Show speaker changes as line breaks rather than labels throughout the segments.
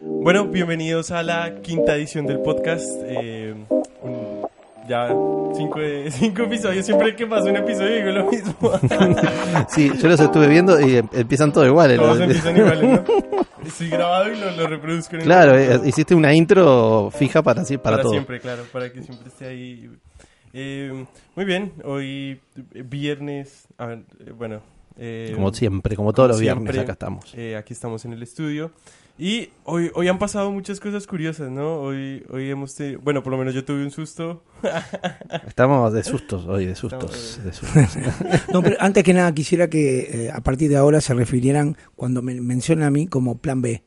Bueno, bienvenidos a la quinta edición del podcast. eh, un- ya cinco, de- cinco episodios. Siempre que pasa un episodio digo lo mismo.
Sí, yo los estuve viendo y em- empiezan todos iguales.
Todos empiezan iguales, ¿no? Estoy grabado y lo, lo reproduzco en el
Claro, eh, hiciste una intro fija para, sí- para,
para
todo.
siempre, claro, para que siempre esté ahí. Eh, muy bien, hoy eh, viernes, a ver, eh, bueno, eh,
Como siempre, como todos los
siempre.
viernes, acá estamos.
eh, aquí estamos en el estudio y hoy, hoy han pasado muchas cosas curiosas, ¿no? Hoy, hoy hemos tenido, bueno, por lo menos yo tuve un susto.
Estamos de sustos hoy, de sustos.
Estamos-
de sustos.
No, pero antes que nada quisiera que eh, a partir de ahora se refirieran cuando me mencionan a mí como plan B.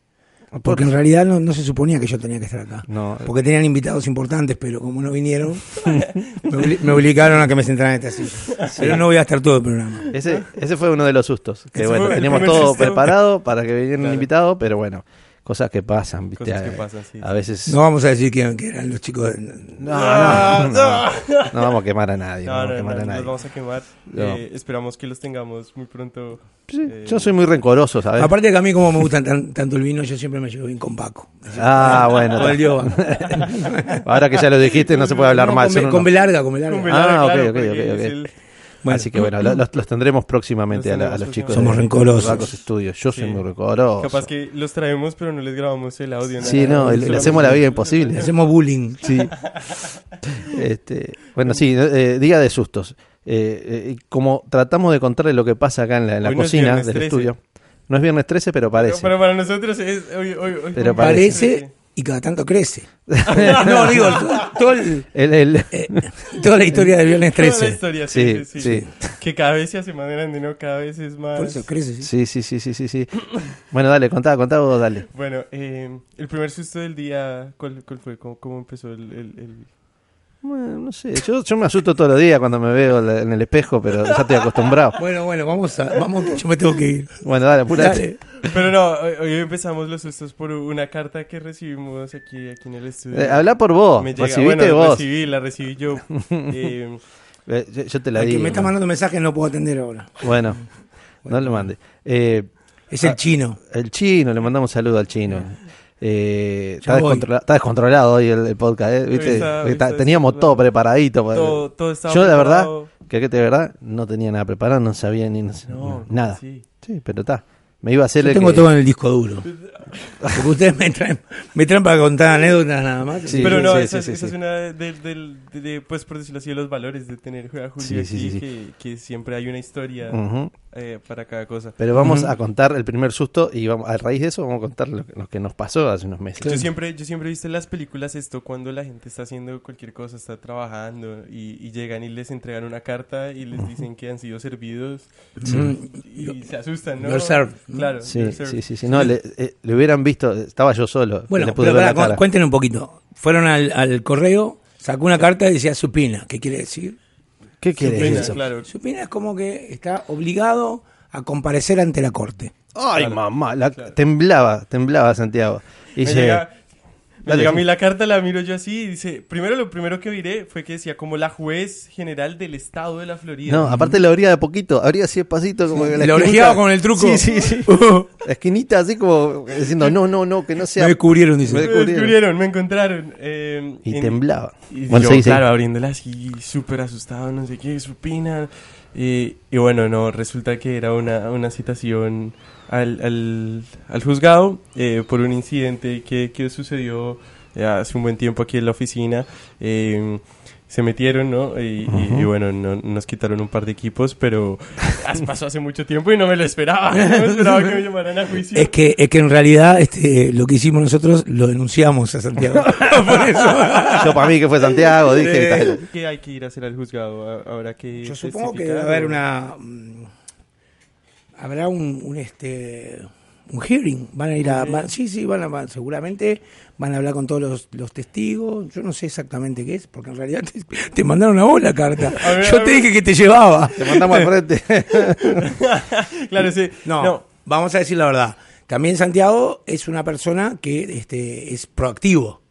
Porque en realidad no, no se suponía que yo tenía que estar acá.
No,
Porque tenían invitados importantes, pero como no vinieron, me, obli- me obligaron a que me sentara en esta silla. Pero no voy a estar todo el programa.
ese, ese fue uno de los sustos. Que
Ese
bueno,
fue el
teníamos
primer
todo
susto.
preparado para que viniera un
Claro.
invitado, pero bueno, cosas que pasan, ¿viste?
Cosas que
Eh,
pasan, sí,
A
sí.
veces.
No vamos a decir que, que eran los chicos. de-
No,
Ah,
no, no, no vamos a quemar a nadie. No,
No,
vamos
no,
a
no,
quemar a
no,
nadie.
los vamos a quemar.
No.
Eh, esperamos que los tengamos muy pronto.
Sí,
eh,
yo soy muy rencoroso, ¿sabes?
Aparte que a mí como me gusta tan- tanto el vino, yo siempre me llevo bien con Paco.
Ah, bueno.
Con el Dioba.
Ahora que ya lo dijiste, no se puede hablar
No,
mal.
con,
son
B-
unos-
con B larga, con B larga.
con Velara,
Ah,
claro,
ok, ok,
porque
ok, ok.
es el-
Bueno.
Así que bueno, lo- los, los tendremos próximamente
Los
a, la- a
tendremos
los chicos.
próximamente. Somos
de-
rencorosos.
de Barcos Estudios. Yo soy
Sí.
muy rencoroso.
Capaz que los traemos, pero no les grabamos el audio.
Oh,
nada,
Sí, no, el- le
solamente-
hacemos la vida imposible.
Le hacemos bullying.
Sí. Este, bueno, sí, eh, día de sustos. Eh, eh, como tratamos de contarle lo que pasa acá en la, en la
Hoy no es
cocina
viernes
del
13.
estudio. No es viernes 13, pero parece.
Pero para nosotros es. Hoy, hoy, hoy-
Pero
Parece y cada tanto crece. no, digo, todo- todo el-
El- el-
eh, toda la historia del viernes
Toda la
13.
historia, sí, sí,
Sí,
sí.
sí. Pues,
Que cada vez se hace más grande, ¿no? Cada vez es más.
Por eso crece, sí.
sí, sí, sí, sí, sí, sí. Bueno, dale, contá, contá vos, dale.
Bueno, eh, el primer susto del día, ¿cuál, cuál fue? ¿Cómo, cómo empezó el, el- el-
Bueno, no sé, yo, yo me asusto todos los días cuando me veo la- en el espejo, pero ya estoy acostumbrado.
Bueno, bueno, vamos a. Vamos, yo me tengo que ir.
Bueno, dale, apurate.
Dale.
Pero no, hoy, hoy empezamos los sustos por una carta que recibimos aquí, aquí en el estudio.
Eh, habla por vos,
Me llega-
recibiste
bueno,
vos.
recibí, la recibí yo. Eh,
Eh, yo, yo te la
El
di.
que me está mandando mensajes no puedo atender ahora.
Bueno, no lo mande. Eh,
Es el chino.
el chino, le mandamos saludo al chino. Eh, está,
Ya voy.
descontrola- está descontrolado hoy el, el podcast, ¿eh? ¿Viste?
está,
Porque está-
está
teníamos todo preparadito. para-
todo, todo estaba.
yo, la verdad,
preparado.
que que de verdad, no tenía nada preparado, no sabía ni
No,
nada. Sí.
sí.
pero está. Me iba a hacer
Yo
el
tengo
que-
todo en el disco duro. Porque ustedes me traen, me traen para contar anécdotas nada más.
Sí.
Pero no,
sí,
esa,
sí,
es- esa
sí,
es
sí.
una de, del- de- de, pues por decirlo así, de los valores de tener a Julio
Sí,
aquí,
sí, Mm. sí,
Que, que siempre hay una historia
Ujú.
eh, para cada cosa.
Pero vamos
Ujú.
a contar el primer susto y vamos, a raíz de eso vamos a contar lo, que- lo que nos pasó hace unos meses.
Yo siempre, yo siempre he visto en las películas esto cuando la gente está haciendo cualquier cosa, está trabajando y, y llegan y les entregan una carta y les dicen que han sido servidos
Mm.
y se asustan, ¿no?
You're served.
Claro.
Sí,
you're served.
sí, sí, sí. No, le, eh, le hubieran visto, estaba yo solo.
Bueno,
le pude
pero
ver
pará,
la cara.
cu- cuenten un poquito. Fueron al, al correo, sacó una carta y decía supina. ¿Qué quiere decir?
¿Qué quieres
Pena,
eso?
claro.
Supina es como que está obligado a comparecer ante la corte.
Ay, mamá, la- temblaba, temblaba Santiago. Y
me
dice,
llega, me
Dale.
llega a mí la carta, la miro yo así y dice, primero lo primero que miré fue que decía como la juez general del estado de la Florida.
no, aparte la abría de a poquito, abría así despacito como que la
Lo
esquinita-
orejeaba con el truco.
Sí, sí, sí. La esquinita así como diciendo, no, no, no, que no sea.
Me descubrieron, dice.
Me
me
descubrieron.
descubrieron, me encontraron. eh,
Y
en-
temblaba.
Y
Bueno,
yo,
seguí, seguí.
claro, abriéndola así, súper asustado, no sé qué, supina. Y, y bueno, no, resulta que era una, una citación al, al, al juzgado eh, por un incidente que, que sucedió eh, hace un buen tiempo aquí en la oficina. Eh, se metieron, ¿no? Y, y- y bueno, no- nos quitaron un par de equipos, pero as- pasó hace mucho tiempo y no me lo esperaba. No me esperaba que me llamaran a juicio.
Es que, es que en realidad este, lo que hicimos nosotros lo denunciamos a Santiago. Por eso.
Yo para mí que fue Santiago, dije.
Eh,
tal.
¿Qué hay que ir a hacer al juzgado a- ahora que...
Yo supongo que debe
testificar,
haber
o-
una. mm, Habrá un, un, este un hearing. Van a ir a. van- sí, sí, van a, van- seguramente van a hablar con todos los, los testigos. Yo no sé exactamente qué es, porque en realidad te, te mandaron a vos la carta.
A ver, a
Yo te
ver.
dije que te llevaba.
Te mandamos al frente.
Claro, sí.
No, vamos a decir la verdad. También Santiago es una persona que este, es proactivo.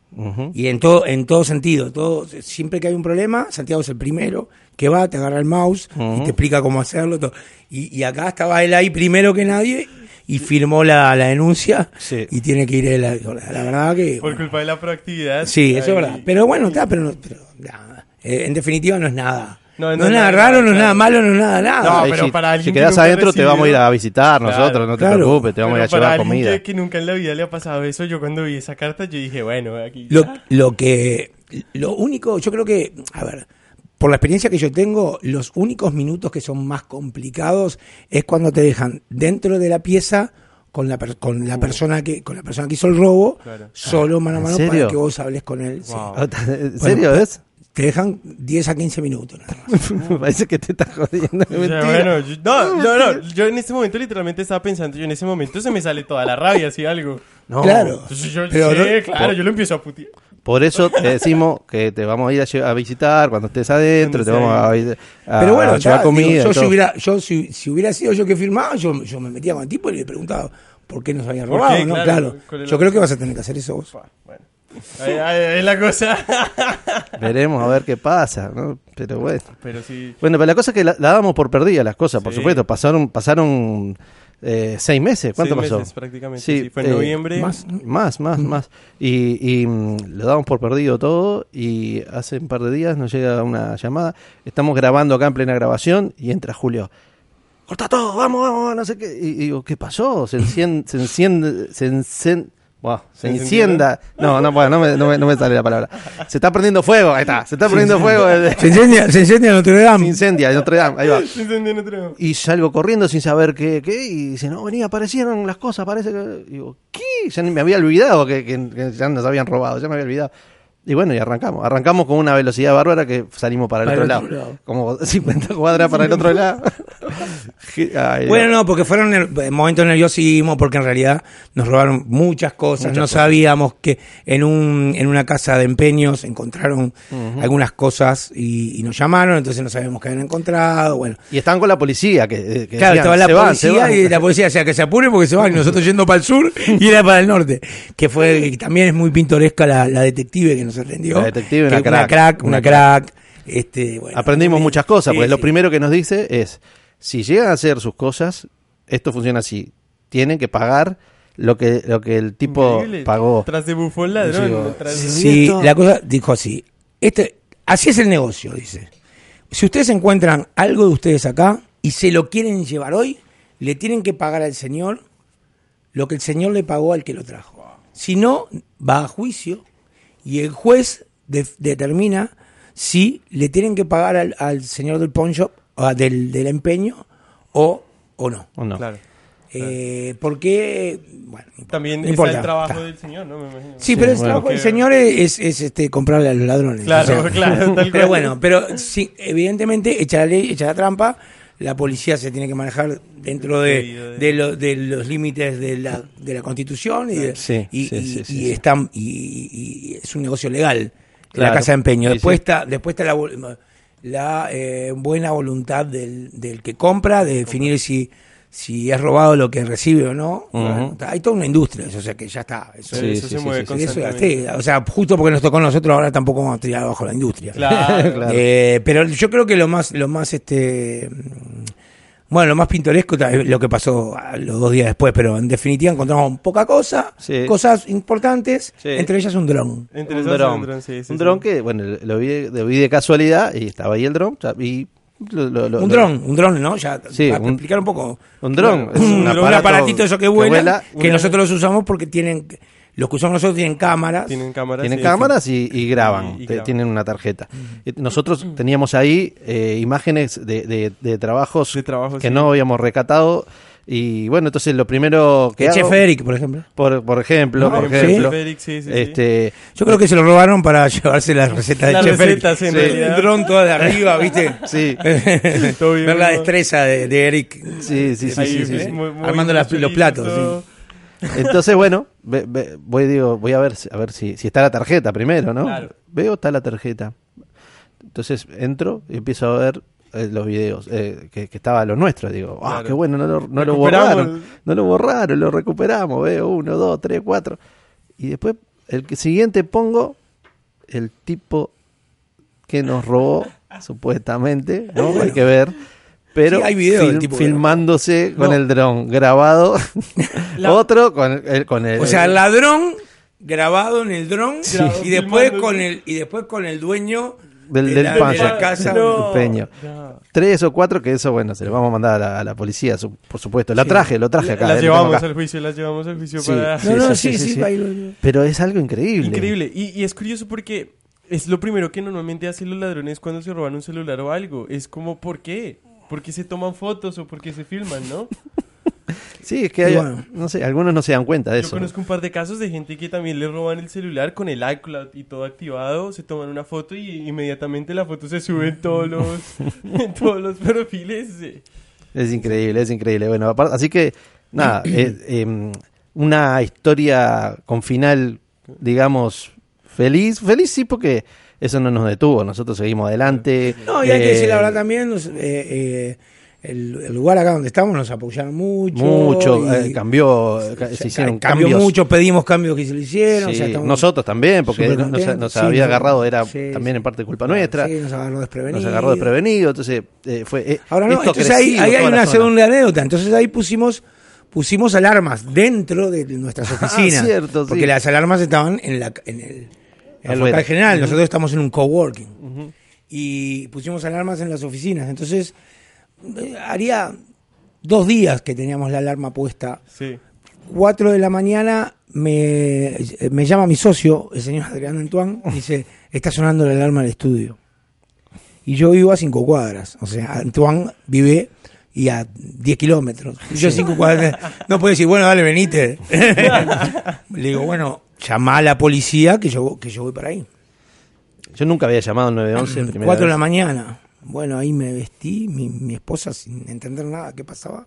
Y en todo, en todo sentido, todo, siempre que hay un problema, Santiago es el primero que va, te agarra el mouse y te explica cómo hacerlo. todo. Y, y acá estaba él ahí primero que nadie y firmó la, la denuncia
Sí.
y tiene que ir él. a- La verdad que.
Por culpa de la proactividad.
Sí, eso es
ahí-
verdad. Pero bueno, está, pero, no- pero, nada. Eh, en definitiva no es nada.
No,
No,
no
es nada raro, no es nada malo, no es nada
No,
nada.
Ahí
pero
si,
para
si
alguien que
quedás
nunca ha
adentro te
recibido-
vamos a ir a visitar nosotros, no te
Claro.
preocupes, te vamos a ir a
Pero para
llevar
alguien
comida.
Que, que nunca en la vida le ha pasado eso, yo cuando vi esa carta, yo dije, bueno, aquí.
Lo,
ya.
lo que. Lo único, yo creo que. A ver. Por la experiencia que yo tengo, los únicos minutos que son más complicados es cuando te dejan dentro de la pieza con la, per- con la persona que con la persona que hizo el robo,
Uh. Claro.
solo mano a
¿En
mano
serio?
para que vos hables con él. sí.
Wow.
¿En serio
Bueno,
es?
Te dejan 10 a 15 minutos nada más.
Parece que te estás jodiendo. es
O sea,
mentira.
bueno, yo- no, no, no, yo en este momento literalmente estaba pensando, yo en ese momento se me sale toda la rabia, así algo.
No.
Claro.
Entonces yo,
Pero
sí,
no-
claro, yo lo empiezo a putear.
Por eso te decimos que te vamos a ir a, lle- a visitar cuando estés adentro, te
Cuando
vamos a, a-
Pero
a
bueno,
llevar
ya,
Ah, comida.
digo,
y
yo, si
todo.
hubiera, yo si, si hubiera sido yo que firmaba, yo, yo me metía con el tipo y le preguntaba por qué nos había
¿Por
robado,
qué?
¿no?
Claro,
Claro.
¿cuál es la
Yo creo que vas a tener que hacer eso vos.
Pa, Bueno, ahí, ahí- ahí es la cosa.
Veremos a ver qué pasa, ¿no? Pero bueno.
Pero sí,
Bueno, pero la cosa es que la, la dábamos por perdida las cosas, por
Sí.
supuesto. Pasaron, pasaron eh, seis meses. ¿Cuánto
Seis
pasó?
meses prácticamente, sí,
eh,
fue en noviembre.
eh, Más, más, más.
Mm.
más. Y, y, mm, lo damos por perdido todo. Y hace un par de días nos llega una llamada. Estamos grabando acá en plena grabación y entra Julio. Corta todo, vamos, vamos, no sé qué. Y, y digo, ¿qué pasó? Se enciende, se enciende, se enciende. Buah, se
¿Se
encienda. No, no, bueno, no, me, no, me, no me sale la palabra. Se está prendiendo fuego, ahí está. Se está prendiendo fuego. el-
Se incendia, se incendia Notre
se
Dame.
incendia en Notre Dame, ahí va.
se encendió en otro.
Y salgo corriendo sin saber qué, qué y dice, no, venía, aparecieron las cosas, parece que... y digo, ¿qué? Ya ni- me había olvidado que, que- que ya nos habían robado, ya me había olvidado. Y bueno, y arrancamos. Arrancamos con una velocidad bárbara que salimos para el
Para
otro,
el otro
lado.
lado.
Como 50 cuadras para el otro lado. Ay,
Bueno,
Dios.
no, porque fueron ner- momentos de nerviosismo, porque en realidad nos robaron muchas cosas. no sabíamos que en, un, en una casa de empeños encontraron algunas cosas y, y nos llamaron, entonces no sabíamos qué habían encontrado. Bueno,
Y estaban con la policía. Que, que
Claro,
decían,
estaba la
"Se van, se
policía
van".
y la policía decía que se apure porque se van y nosotros yendo para el sur y era para el norte. Que fue, que también es muy pintoresca la, la detective que nos atendió.
La detective,
Que
una crack.
Una
Una
crack, Este, bueno,
Aprendimos
muy-
muchas cosas,
sí,
porque lo
sí.
primero que nos dice es, si llegan a hacer sus cosas, esto funciona así, tienen que pagar lo que, lo que el tipo
Increíble.
pagó.
Tras de bufón ladrón.
Digo,
tras de-
Sí, la cosa dijo así. Este, así es el negocio, dice. Si ustedes encuentran algo de ustedes acá y se lo quieren llevar hoy, le tienen que pagar al señor lo que el señor le pagó al que lo trajo. Si no, va a juicio y el juez de- determina si le tienen que pagar al, al señor del poncho, del, del empeño, o, o no.
¿O no?
Claro.
Eh, porque, bueno, no importa,
También
no
está
importa,
el trabajo
está.
del señor, ¿no? Me imagino.
Sí, pero el
bueno.
trabajo del
Que-
señor es, es, este, comprarle a los ladrones.
Claro,
o sea.
claro, tal cual.
Pero bueno, pero sí, evidentemente, echa la ley, echa la trampa, la policía se tiene que manejar dentro de, de, lo- de los límites de la, de la Constitución y, de-
Sí,
y,
sí,
y-
sí, sí,
y
sí.
están- y- y- y es un negocio legal,
Claro.
la casa de empeño.
Sí,
Después
sí.
está, después está la, vol- la, eh, buena voluntad del, del que compra de definir si si es robado lo que recibe o no, Bueno, hay toda una industria, o sea que ya está, eso
Eso,
Sí,
eso
sí,
se
sí,
mueve
sí, sí.
Sí, eso,
constantemente.
sí, o sea, justo porque nos tocó a nosotros, ahora tampoco vamos a tirar abajo la industria.
Claro.
Claro.
Eh, pero yo creo que lo más, lo más este mm, bueno, lo más pintoresco tal vez lo que pasó ah, los dos días después, pero en definitiva encontramos poca cosa,
Sí.
cosas importantes,
Sí.
entre ellas un dron.
Entre
Un
esos
dron.
dron, sí, sí,
Un
sí.
dron que, bueno, lo vi, lo vi de casualidad y estaba ahí el dron. ya, Y lo- lo- lo- lo-
Un dron, un dron, ¿no? Ya
Sí,
para
un-
explicar un poco.
Un dron. es
Un,
un,
dron, un
aparato
aparatito eso que vuela, que,
un-
nosotros los usamos porque tienen los que usamos nosotros tienen cámaras.
Tienen cámaras.
Tienen
sí,
cámaras y, y graban,
Y- y
te-
graban.
tienen una tarjeta. Eh, Nosotros teníamos ahí eh, imágenes de, de- de trabajos
De trabajos,
que
sí.
no habíamos recatado y bueno, entonces lo primero que
El chef
hago,
Eric, por ejemplo.
por, por ejemplo,
Por
por
ejemplo,
ejemplo,
Chef Eric, Ah, sí, sí, sí.
este,
Yo creo que se lo robaron para llevarse las recetas
Las
de Chef Eric.
recetas, en
Sí.
realidad.
Un dron todas de arriba, ¿viste?
sí,
Todo bien,
Ver la
¿no?
destreza de, de Eric.
sí, sí, sí,
Ahí,
sí, sí, sí.
muy- muy
Armando las- los platos,
todo.
Entonces, bueno, ve- ve- voy, digo, voy a ver, si- a ver si, si está la tarjeta primero, ¿no?
Claro.
Veo, está la tarjeta. Entonces entro y empiezo a ver eh, los videos eh, que, que estaba los nuestros. Digo, ah,
Claro.
qué bueno, no lo, no lo
Recuperamos
borraron.
el-
No lo borraron, lo recuperamos. Veo uno, dos, tres, cuatro. Y después, el que- siguiente pongo el tipo que nos robó, supuestamente, ¿no? Hay que ver. Pero
Sí, hay video del tipo que-
filmándose con
No.
el dron, grabado.
La-
Otro con el, el- con el.
O sea, el ladrón grabado en el dron
Sí.
y después
Filmando.
con el y después con el dueño
Del-
de
del
la, de
paso.
la casa.
No. Peño.
no.
Tres o cuatro, que eso, bueno, se lo vamos a mandar a la, a la policía, su- por supuesto. La traje, lo traje acá.
Las
lo tengo
llevamos
acá.
al juicio, las llevamos al juicio
Sí,
para...
No, no,
sí,
sí,
sí,
sí,
sí.
ahí lo-
Pero es algo increíble.
Increíble. Y, y es curioso porque es lo primero que normalmente hacen los ladrones cuando se roban un celular o algo. Es como, ¿por qué? ¿Por qué se toman fotos o por qué se filman, no?
Sí, es que hay,
Y bueno.
no sé, algunos no se dan cuenta de
Yo
eso.
conozco un par de casos de gente que también le roban el celular con el iCloud y todo activado, se toman una foto y inmediatamente la foto se sube en todos los, en todos los perfiles. eh.
Es increíble, es increíble. Bueno, aparte, así que, nada, eh, eh, una historia con final, digamos, feliz. Feliz sí, porque eso no nos detuvo. Nosotros seguimos adelante.
No, y hay que
Eh,
decir la verdad también, nos- eh, eh, el, el lugar acá donde estamos nos apoyaron mucho.
Mucho,
y-
eh, cambió, eh, ca-
o sea,
se hicieron
cambió
cambios.
mucho, pedimos cambios que se le hicieron. o
Sí,
sea, estamos
nosotros también, porque
súper
nos, nos-
contentos.
nos
Sí,
había
nos-
agarrado, era
sí,
también en parte culpa
sí,
nuestra,
nos agarró desprevenidos.
nos agarró desprevenido, entonces eh, fue... eh,
Ahora no,
esto
entonces
ha
ahí,
crecido
ahí hay
toda la
una
zona.
segunda anécdota. Entonces ahí pusimos pusimos alarmas dentro de nuestras oficinas.
Ah, cierto, sí.
porque las alarmas estaban en, la, en el, en el
Afuera.
local general. Nosotros estamos en un coworking. Y pusimos alarmas en las oficinas. Entonces, eh, haría dos días que teníamos la alarma puesta.
Sí.
4 de la mañana me, me llama mi socio, el señor Adrián Antoine, y dice, está sonando la alarma del estudio. Y yo vivo a 5 cuadras, o sea, Antoine vive y a 10 kilómetros. Y yo a 5 cuadras, no puedo decir, bueno, dale, venite. Le digo, bueno, llama a la policía que yo, que yo voy para ahí.
Yo nunca había llamado al 911 primera
4 de la
vez.
mañana. Bueno, ahí me vestí, mi, mi esposa sin entender nada qué pasaba.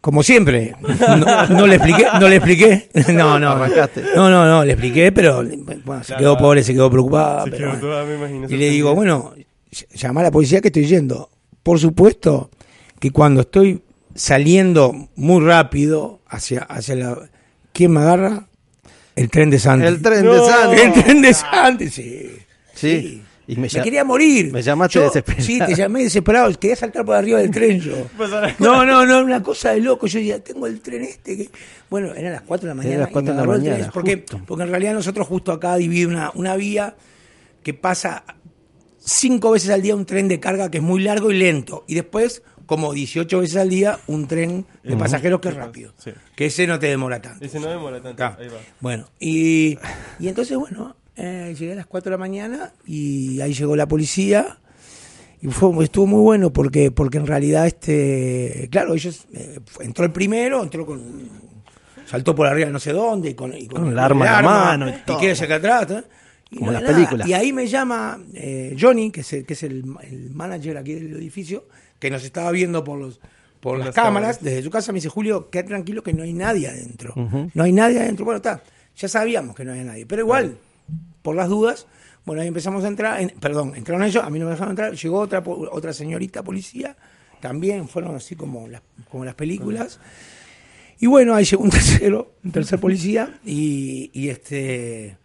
Como siempre, no, no le expliqué, no le expliqué. No, no,
Arrancaste.
no, no, no, le expliqué, pero bueno, se quedó pobre, se quedó preocupada.
Se
Ah, pero
quedó
bueno.
toda, me imagino,
y le
sorprendida.
digo, bueno, ll- llama a la policía que estoy yendo. Por supuesto que cuando estoy saliendo muy rápido hacia, hacia la... ¿Quién me agarra? El tren de Santi.
El tren
No.
de Sandy.
El tren de Santi, sí.
Sí. Y
Y
me
me,
llam-
quería morir.
me llamaste
Yo-
desesperado.
Sí, te llamé desesperado. Quería saltar por arriba del tren yo.
Pasar-
No, no, no, una cosa de loco. Yo decía, tengo el tren este. que- Bueno, eran las 4 de la mañana.
Eran las
y
4 de
me
la
agarró el tren.
mañana,
Porque,
justo.
porque en realidad nosotros justo acá divide una, una vía que pasa cinco veces al día un tren de carga que es muy largo y lento. Y después, como 18 veces al día, un tren de pasajeros que es rápido.
Sí.
Que ese no te demora tanto.
Ese no demora tanto.
Está.
Ahí va.
Bueno, y, y entonces, bueno, eh, llegué a las 4 de la mañana y ahí llegó la policía. Y fue, estuvo muy bueno porque, porque en realidad, este claro, ellos eh, fue- entró el primero, entró con. saltó por arriba no sé dónde, y con, y
Con el arma en la mano y
y,
todo.
quiere sacar atrás. ¿eh? Y
Como
no
en
hay
las películas.
Y ahí me llama eh, Johnny, que es, el, que es el, el manager aquí del edificio, que nos estaba viendo por los por, las,
las
cámaras,
cámaras.
desde su casa, me dice, Julio, quédate tranquilo que no hay nadie adentro. No hay nadie adentro. Bueno, está, ya sabíamos que no había nadie. Pero igual, por las dudas, bueno, ahí empezamos a entrar, en- perdón, entraron ellos, a mí no me dejaron entrar, llegó otra, po- otra señorita policía, también fueron así como las, como las películas. Y bueno, ahí llegó un tercero, un tercer policía, y, y este.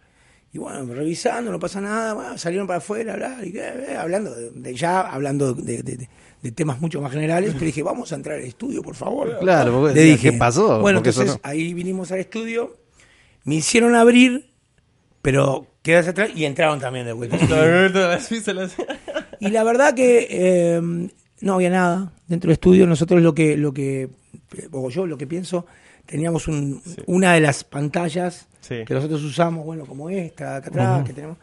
Y bueno, revisando, no pasa nada, bueno, salieron para afuera, bla, y, eh, eh, hablando de, de- ya hablando de, de- de- de temas mucho más generales, pero dije, vamos a entrar al estudio, por favor.
Claro, porque
Le
decía, ¿qué pasó?
Bueno,
Porque
entonces ah,
sonó.
ahí vinimos al estudio, me hicieron abrir, pero quedas atrás y entraron también de vuelta.
La verdad, las pistolas.
Y la verdad que eh, no había nada dentro del estudio. Nosotros lo que, lo que o yo lo que pienso, teníamos un- una de las pantallas
Sí.
que nosotros usamos, bueno, como esta, acá atrás, que tenemos.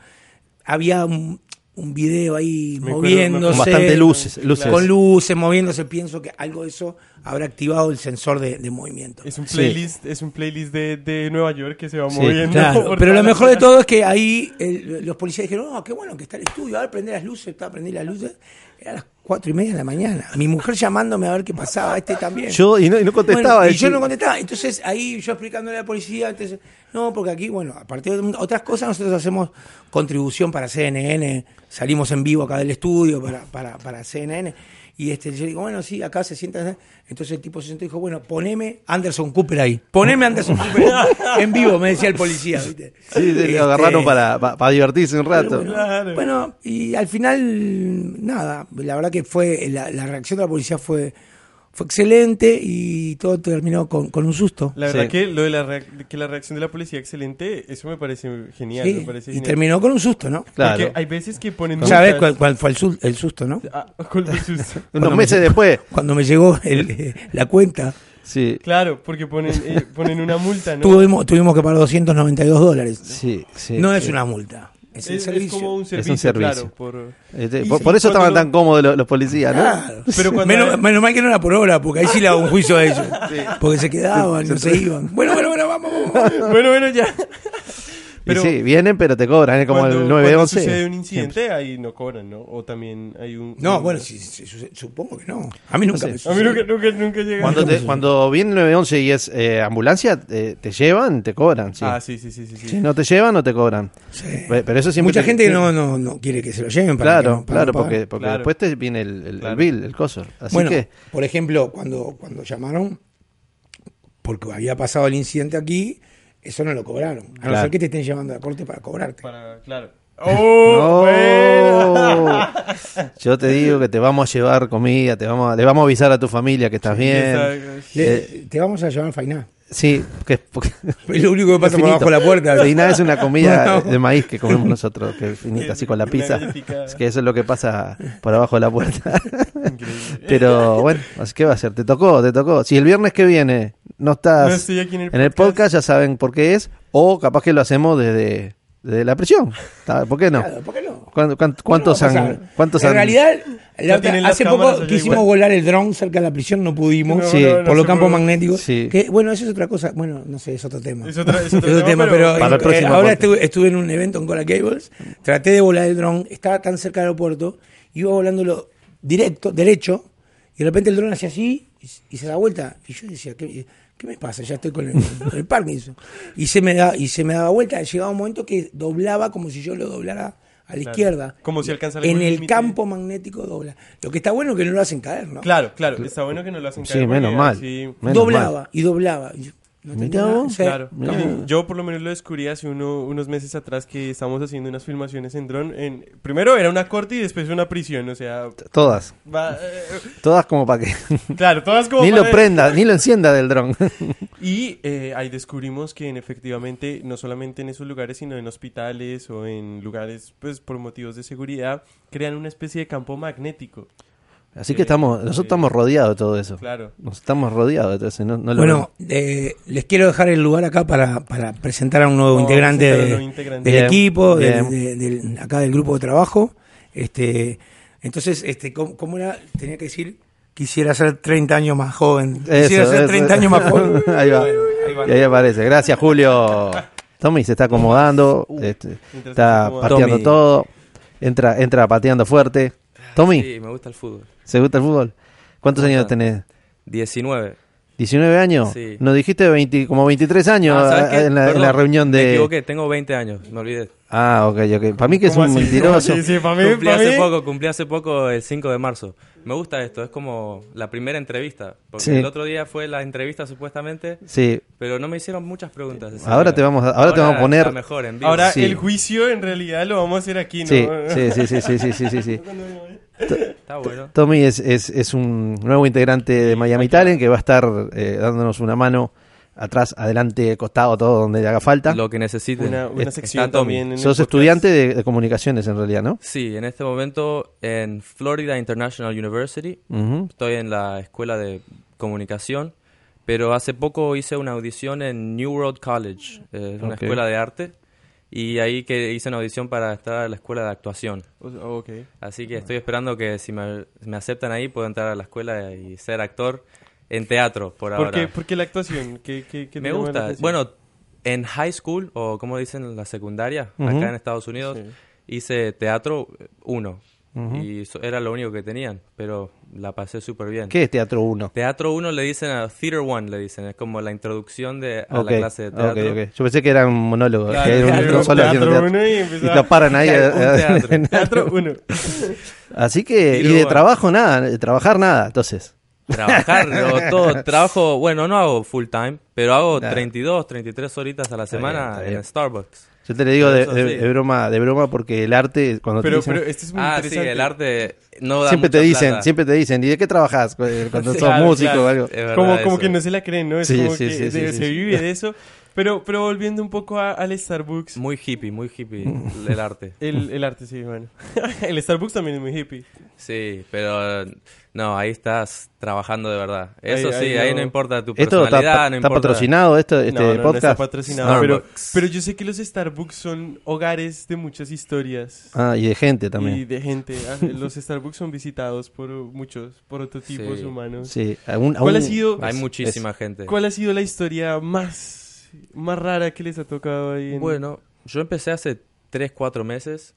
Había un, un video ahí
Me acuerdo, me acuerdo.
Con
moviéndose.
bastante luces, luces.
Con luces, moviéndose. Pienso que algo de eso habrá activado el sensor de, de movimiento.
Es un
Sí.
playlist, es un playlist de, de Nueva York que se va
Sí,
moviendo.
Claro,
por toda
pero lo
la
mejor de
ciudad.
todo es que ahí el- los policías dijeron, oh, qué bueno que está el estudio, a ver, prendé las luces, está, prendí las luces. Era eh, las cuatro y media de la mañana. Mi mujer llamándome a ver qué pasaba, este también.
Yo, y no, y no contestaba.
Bueno, y
decía,
yo no contestaba. Entonces ahí yo explicándole a la policía, entonces, no, porque aquí, bueno, aparte de otras cosas, nosotros hacemos contribución para CNN, salimos en vivo acá del estudio para, para, para CNN. Y este, yo digo, bueno, sí, acá se sienta. ¿eh?". Entonces el tipo se sentó y dijo, bueno, poneme Anderson Cooper ahí. Poneme Anderson Cooper en vivo, me decía el policía. ¿viste?
Sí,
Este,
lo agarraron para, pa- para divertirse un rato.
bueno,
Claro.
bueno, y al final, nada, la verdad que fue, la, la reacción de la policía fue, fue excelente y todo terminó con, con un susto.
La verdad
Sí.
que lo de la, reac- que la reacción de la policía excelente, eso me parece genial.
Sí,
me parece
y
genial.
terminó con un susto, ¿no?
Porque
claro.
hay veces que ponen...
¿Sabes
multas-
cuál, cuál fue el, sul- el susto, no?
Ah, ¿cuál fue el susto?
Unos meses después.
Cuando me llegó el- la cuenta,
Sí,
Claro, porque ponen, eh, ponen una multa, ¿no?
tuvimos, tuvimos que pagar 292 dólares.
sí, sí.
No es
Eh,
una multa, es, el
Es, es
servicio.
como un
un
servicio,
servicio.
claro. Por...
este,
Y-
por,
y
por eso
cuando
estaban
lo- Ah,
tan cómodos los, los policías, ¿no?
Claro.
Pero cuando-
menos, menos mal que no era por hora, porque ahí sí le hago un juicio a ellos. Porque se quedaban, no se iban. Bueno, bueno, bueno, vamos, vamos, vamos.
bueno, bueno, ya.
Y sí, vienen, pero te cobran, es como
cuando-
el
cuando
911.
sucede un incidente, ahí no cobran, ¿no? O también hay un...
No,
un-
bueno, sí, sí, sí, supongo que Mm. no. A mí nunca
No
me
sé.
A mí nunca, nunca, nunca llega.
Cuando, te- cuando viene el 911 y es eh, ambulancia, te, te llevan, te cobran. Sí.
Ah, sí, sí, sí, sí. sí.
Si no te llevan, no te cobran.
Sí.
Pe- Pero eso siempre
Mucha
te-
gente no, no, no quiere que se lo lleven. Para que
Claro,
no- para
claro,
no pagar.
porque, porque
Claro.
después te viene el, el- el
Claro.
bill, el coso. Así
bueno,
que,
por ejemplo, cuando, cuando llamaron, porque había pasado el incidente aquí, eso no lo cobraron. A
Claro.
no ser que te estén llamando a la corte para cobrarte.
Para, claro. ¡Oh! bueno.
No. yo te digo que te vamos a llevar comida, te vamos a- le vamos a avisar a tu familia que estás bien.
Esa-
Le- te vamos a llamar a Fainá.
Sí, que, porque-
Es lo único que pasa por
Finito.
abajo de la puerta.
Feiná es una comida
No.
de maíz que comemos nosotros, que es finita, así con la
Una
pizza.
galletica.
Es que eso es lo que pasa por abajo de la puerta.
Increíble.
Pero bueno, así que va a ser, te tocó, te tocó. Si el viernes que viene no estás
No estoy aquí en el
en el podcast, ya saben por qué es, o capaz que lo hacemos desde, desde la prisión. ¿Tá? ¿Por qué no?
Claro, ¿por qué no?
¿Cuán- cuán-
¿Cuánto
¿Cuántos han, cuántos
en
han-
realidad, la
Ya
otra-
tienen las
hace
cámaras
poco
allá
quisimos
igual.
volar el dron cerca de la prisión, no pudimos.
No,
Sí,
no, no
por los
se
campos
puede.
magnéticos.
Sí.
Que, bueno, eso es otra cosa. Bueno, no sé, es otro tema.
Es otra- es otro
Es
tema, pero-
Para el
eh,
próximo
ahora
podcast.
estuve, estuve en un evento en Cola Gables, traté de volar el dron, estaba tan cerca del aeropuerto, iba volándolo directo, derecho, y de repente el dron hacía así y, s- y se da vuelta. Y yo decía, ¿qué, qué me pasa? Ya estoy con el, con el Parkinson. Y se, me da, y se me daba vuelta. Llegaba un momento que doblaba como si yo lo doblara a la izquierda.
Como si alcanzara
En
algún
el
límite.
campo magnético dobla. Lo que está bueno es que no lo hacen caer, ¿no?
Claro, claro. Está bueno que no lo hacen
Sí,
caer, porque
menos mal.
así-
Menos
doblaba
mal.
y doblaba. Y yo, no
Mirá
tenía nada,
vos.
o sea,
Claro.
no,
Y Yo por lo menos lo descubrí hace uno- unos meses atrás que estábamos haciendo unas filmaciones en dron. En, primero era una corte y después una prisión, o sea...
Todas,
va- eh,
todas como para que...
claro, todas como...
ni lo
para-
prenda, ni lo encienda del dron.
Y eh, ahí descubrimos que en, efectivamente, no solamente en esos lugares, sino en hospitales o en lugares, pues por motivos de seguridad, crean una especie de campo magnético.
Así que estamos, nosotros estamos rodeados de todo eso.
Claro.
Nos estamos rodeados, entonces no, no lo
Bueno, eh, les quiero dejar el lugar acá para, para presentar a un nuevo
Oh,
Vamos a
integrante,
presentar a un
de-
nuevo integrante.
del
Bien,
equipo, del-
bien.
de- del- acá del grupo de trabajo. Este, entonces, este, ¿cómo, cómo era? Tenía que decir, quisiera ser 30 años más joven.
Eso,
Quisiera ser
eso.
30 años más joven.
ahí va. Y ahí aparece. Gracias, Julio. Tommy se está acomodando, este,
mientras se
está
acomoda.
pateando
Tommy. Ah,
todo, entra, entra pateando fuerte. Tommy,
Sí, me gusta el fútbol.
¿se gusta el fútbol? ¿Cuántos
Me
años
gusta.
tenés?
19.
¿19 años?
Sí.
Nos dijiste 20, como 23 años
Ah, ¿sabes
ah,
qué?
en, la, en
Perdón,
la reunión
Me
de...
equivoqué, tengo 20 años, me olvidé.
Ah, ok, ok. Para mí que es
¿Cómo
un
así?
mentiroso.
Sí, sí, para mí,
Cumplí
para mí.
hace poco, cumplí hace poco el 5 de marzo. Me gusta esto, es como la primera entrevista. Porque
Sí.
el otro día fue la entrevista supuestamente,
Sí.
pero no me hicieron muchas preguntas. así
Ahora
que
te vamos a- ahora te vamos a poner-
está mejor, en vivo.
Ahora
Sí.
el juicio en realidad lo vamos a hacer aquí, ¿no?
Sí, sí, sí, sí, sí, sí, sí, sí, sí.
Está bueno.
Tommy es, es, es un nuevo integrante de Miami Talent que va a estar eh, dándonos una mano atrás, adelante, costado, todo donde le haga falta.
Lo que necesiten.
Una, una
Está
sección
Tommy.
también. en el
Sos
podcast.
estudiante de, de comunicaciones en realidad, ¿no?
Sí, en este momento en Florida International University.
Ujú.
Estoy en la escuela de comunicación, pero hace poco hice una audición en New World College, eh, es una
Ok.
escuela de arte, y ahí que hice una audición para estar en la escuela de actuación.
O- ok.
Así que estoy esperando que si me, me aceptan ahí pueda entrar a la escuela y ser actor en teatro por
¿Por
ahora.
qué, por qué la actuación? ¿Qué, qué- qué te
Me
llama la
gusta.
atención?
Bueno, en high school, o como dicen en la secundaria,
Ujú.
acá en Estados Unidos,
Sí.
hice teatro 1.
Ujú.
y eso era lo único que tenían, pero la pasé súper bien.
¿Qué es Teatro 1?
Teatro 1 le dicen a Theater 1, le dicen, es como la introducción de, a
Ok,
la clase de
ok,
teatro.
ok. Yo pensé que era un monólogo,
Claro,
que era un-
claro,
uno solo haciendo
teatro
teatro.
uno y
Y
empezaba-
te paran ahí.
Claro, un teatro.
en-
Teatro uno.
Así que,
Y
y,
luego,
de
bueno.
trabajo nada, de trabajar nada, entonces.
Trabajar, lo- todo, trabajo, bueno, no hago full time, pero hago
Nah.
32, 33 horitas a la
bien,
semana
está bien.
en Starbucks.
Yo te le digo
Pero
de,
eso
de-
sí.
de broma, de broma porque el arte, cuando te
Pero,
dicen,
pero esto es muy
Ah, sí,
interesante.
el arte no da
siempre te
mucha
dicen,
plata.
siempre te dicen, ¿y de qué trabajas cu- eh, cuando sos
Claro,
músico
claro, Eh,
o algo?
es verdad
como, como
eso.
que no se la creen, ¿no? Es
Sí,
como
sí,
que
sí, sí,
de-
sí,
se
sí.
vive de eso. Pero, pero volviendo un poco a- al Starbucks.
Muy hippie, muy hippie el arte.
El, el arte, sí, bueno. el Starbucks también es muy hippie.
Sí, pero eh, no, ahí estás trabajando de verdad. Eso
Ahí-
sí,
ahí
ahí,
no-
no importa tu
Esto está,
personalidad,
está
no importa.
patrocinado esto, este
no, no, no está
podcast.
patrocinado. Pero,
Starbucks.
pero yo sé que los Starbucks son hogares de muchas historias.
Ah, y de gente también.
Y de gente. Ah, Los Starbucks son visitados por muchos prototipos
Sí.
humanos.
Sí, aún-
¿Cuál
aún-
ha sido-
es-
Hay muchísima gente.
¿Cuál ha sido la historia más, más rara que les ha tocado ahí? en-
Bueno, yo empecé hace 3, 4 meses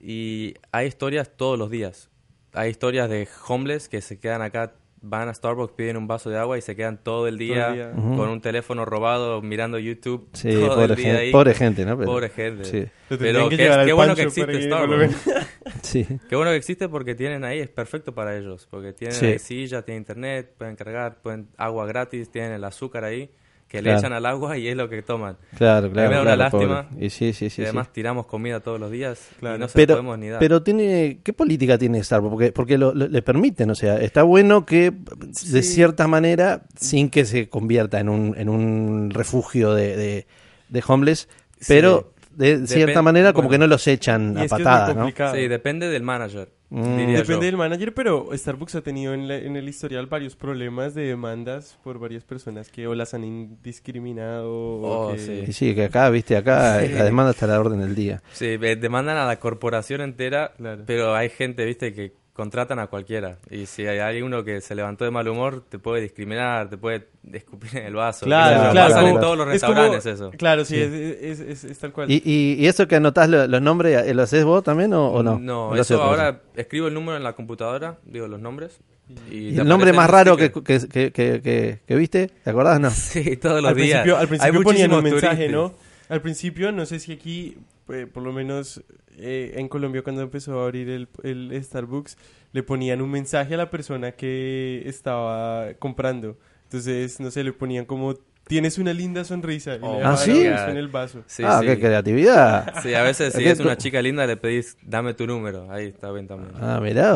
y hay historias todos los días. Hay historias de homeless que se quedan acá, van a Starbucks, piden un vaso de agua y se quedan todo el día,
día.
con un teléfono robado, mirando YouTube
Sí,
todo
pobre
el día
gente,
ahí.
pobre gente, ¿no? Pero-
Pobre gente.
Sí,
Lo tendrían
Pero
que
qué,
llevar al
qué bueno que
Pancho para
existe
que
Starbucks.
sí.
Qué bueno que existe porque tienen ahí, es perfecto para ellos. Porque tienen
Sí.
ahí silla, tienen internet, pueden cargar, pueden agua gratis, tienen el azúcar ahí, que
Claro.
le echan al agua y es lo que toman.
Claro, claro.
me
claro,
da una
pobre.
lástima.
Y sí, sí, sí,
y
sí.
además tiramos comida todos los días
Claro.
y no se la
pero,
podemos ni dar.
pero tiene qué política tiene Starbucks porque porque lo, lo- le permiten o sea está bueno que de cierta manera sin que se convierta en un, en un refugio de, de, de homeless pero de cierta
Depen-
manera como
bueno.
que no los echan
Y
a
es que es muy
patadas no
complicado.
Sí, depende del manager,
Mm.
diría
Depende
yo.
del manager, pero Starbucks ha tenido en, la- en el historial varios problemas de demandas por varias personas que o las han indiscriminado o
Oh,
que-
sí.
y sí que acá viste acá eh, la demanda está a la orden del día
Sí, eh, demandan a la corporación entera,
Claro.
pero hay gente, viste, que contratan a cualquiera. Y si hay alguno que se levantó de mal humor, te puede discriminar, te puede escupir en el vaso. Eso
Claro,
lo
claro.
pasan en
como-
todos los
es como-
restaurantes eso.
Claro, sí, Es, es- es- es tal cual.
y, y, y eso que anotás lo- los nombres eh, lo haces vos también o, o no ¿O lo hace
eso
otra persona?
ahora escribo el número en la computadora, digo los nombres.
¿Y
te
el nombre
aparece
más
un
raro que,
sticker.
que, que, que- que- que viste te acordás no
Sí, todos los
al
días.
principio, al principio
Hay
ponían un
muchísimos
mensaje,
turistas.
¿no? Al principio, no sé si aquí, eh, por lo menos eh, en Colombia cuando empezó a abrir el, el Starbucks, le ponían un mensaje a la persona que estaba comprando. Entonces, no sé, le ponían como, tienes una linda sonrisa. Y le
Oh,
dejaban
¿Ah, sí?
eso en el vaso.
Sí,
ah
sí.
qué creatividad
Sí, a veces si
Acá
es una
tú-
chica linda le pedís, dame tu número. Ahí está bien también.
ah mirá,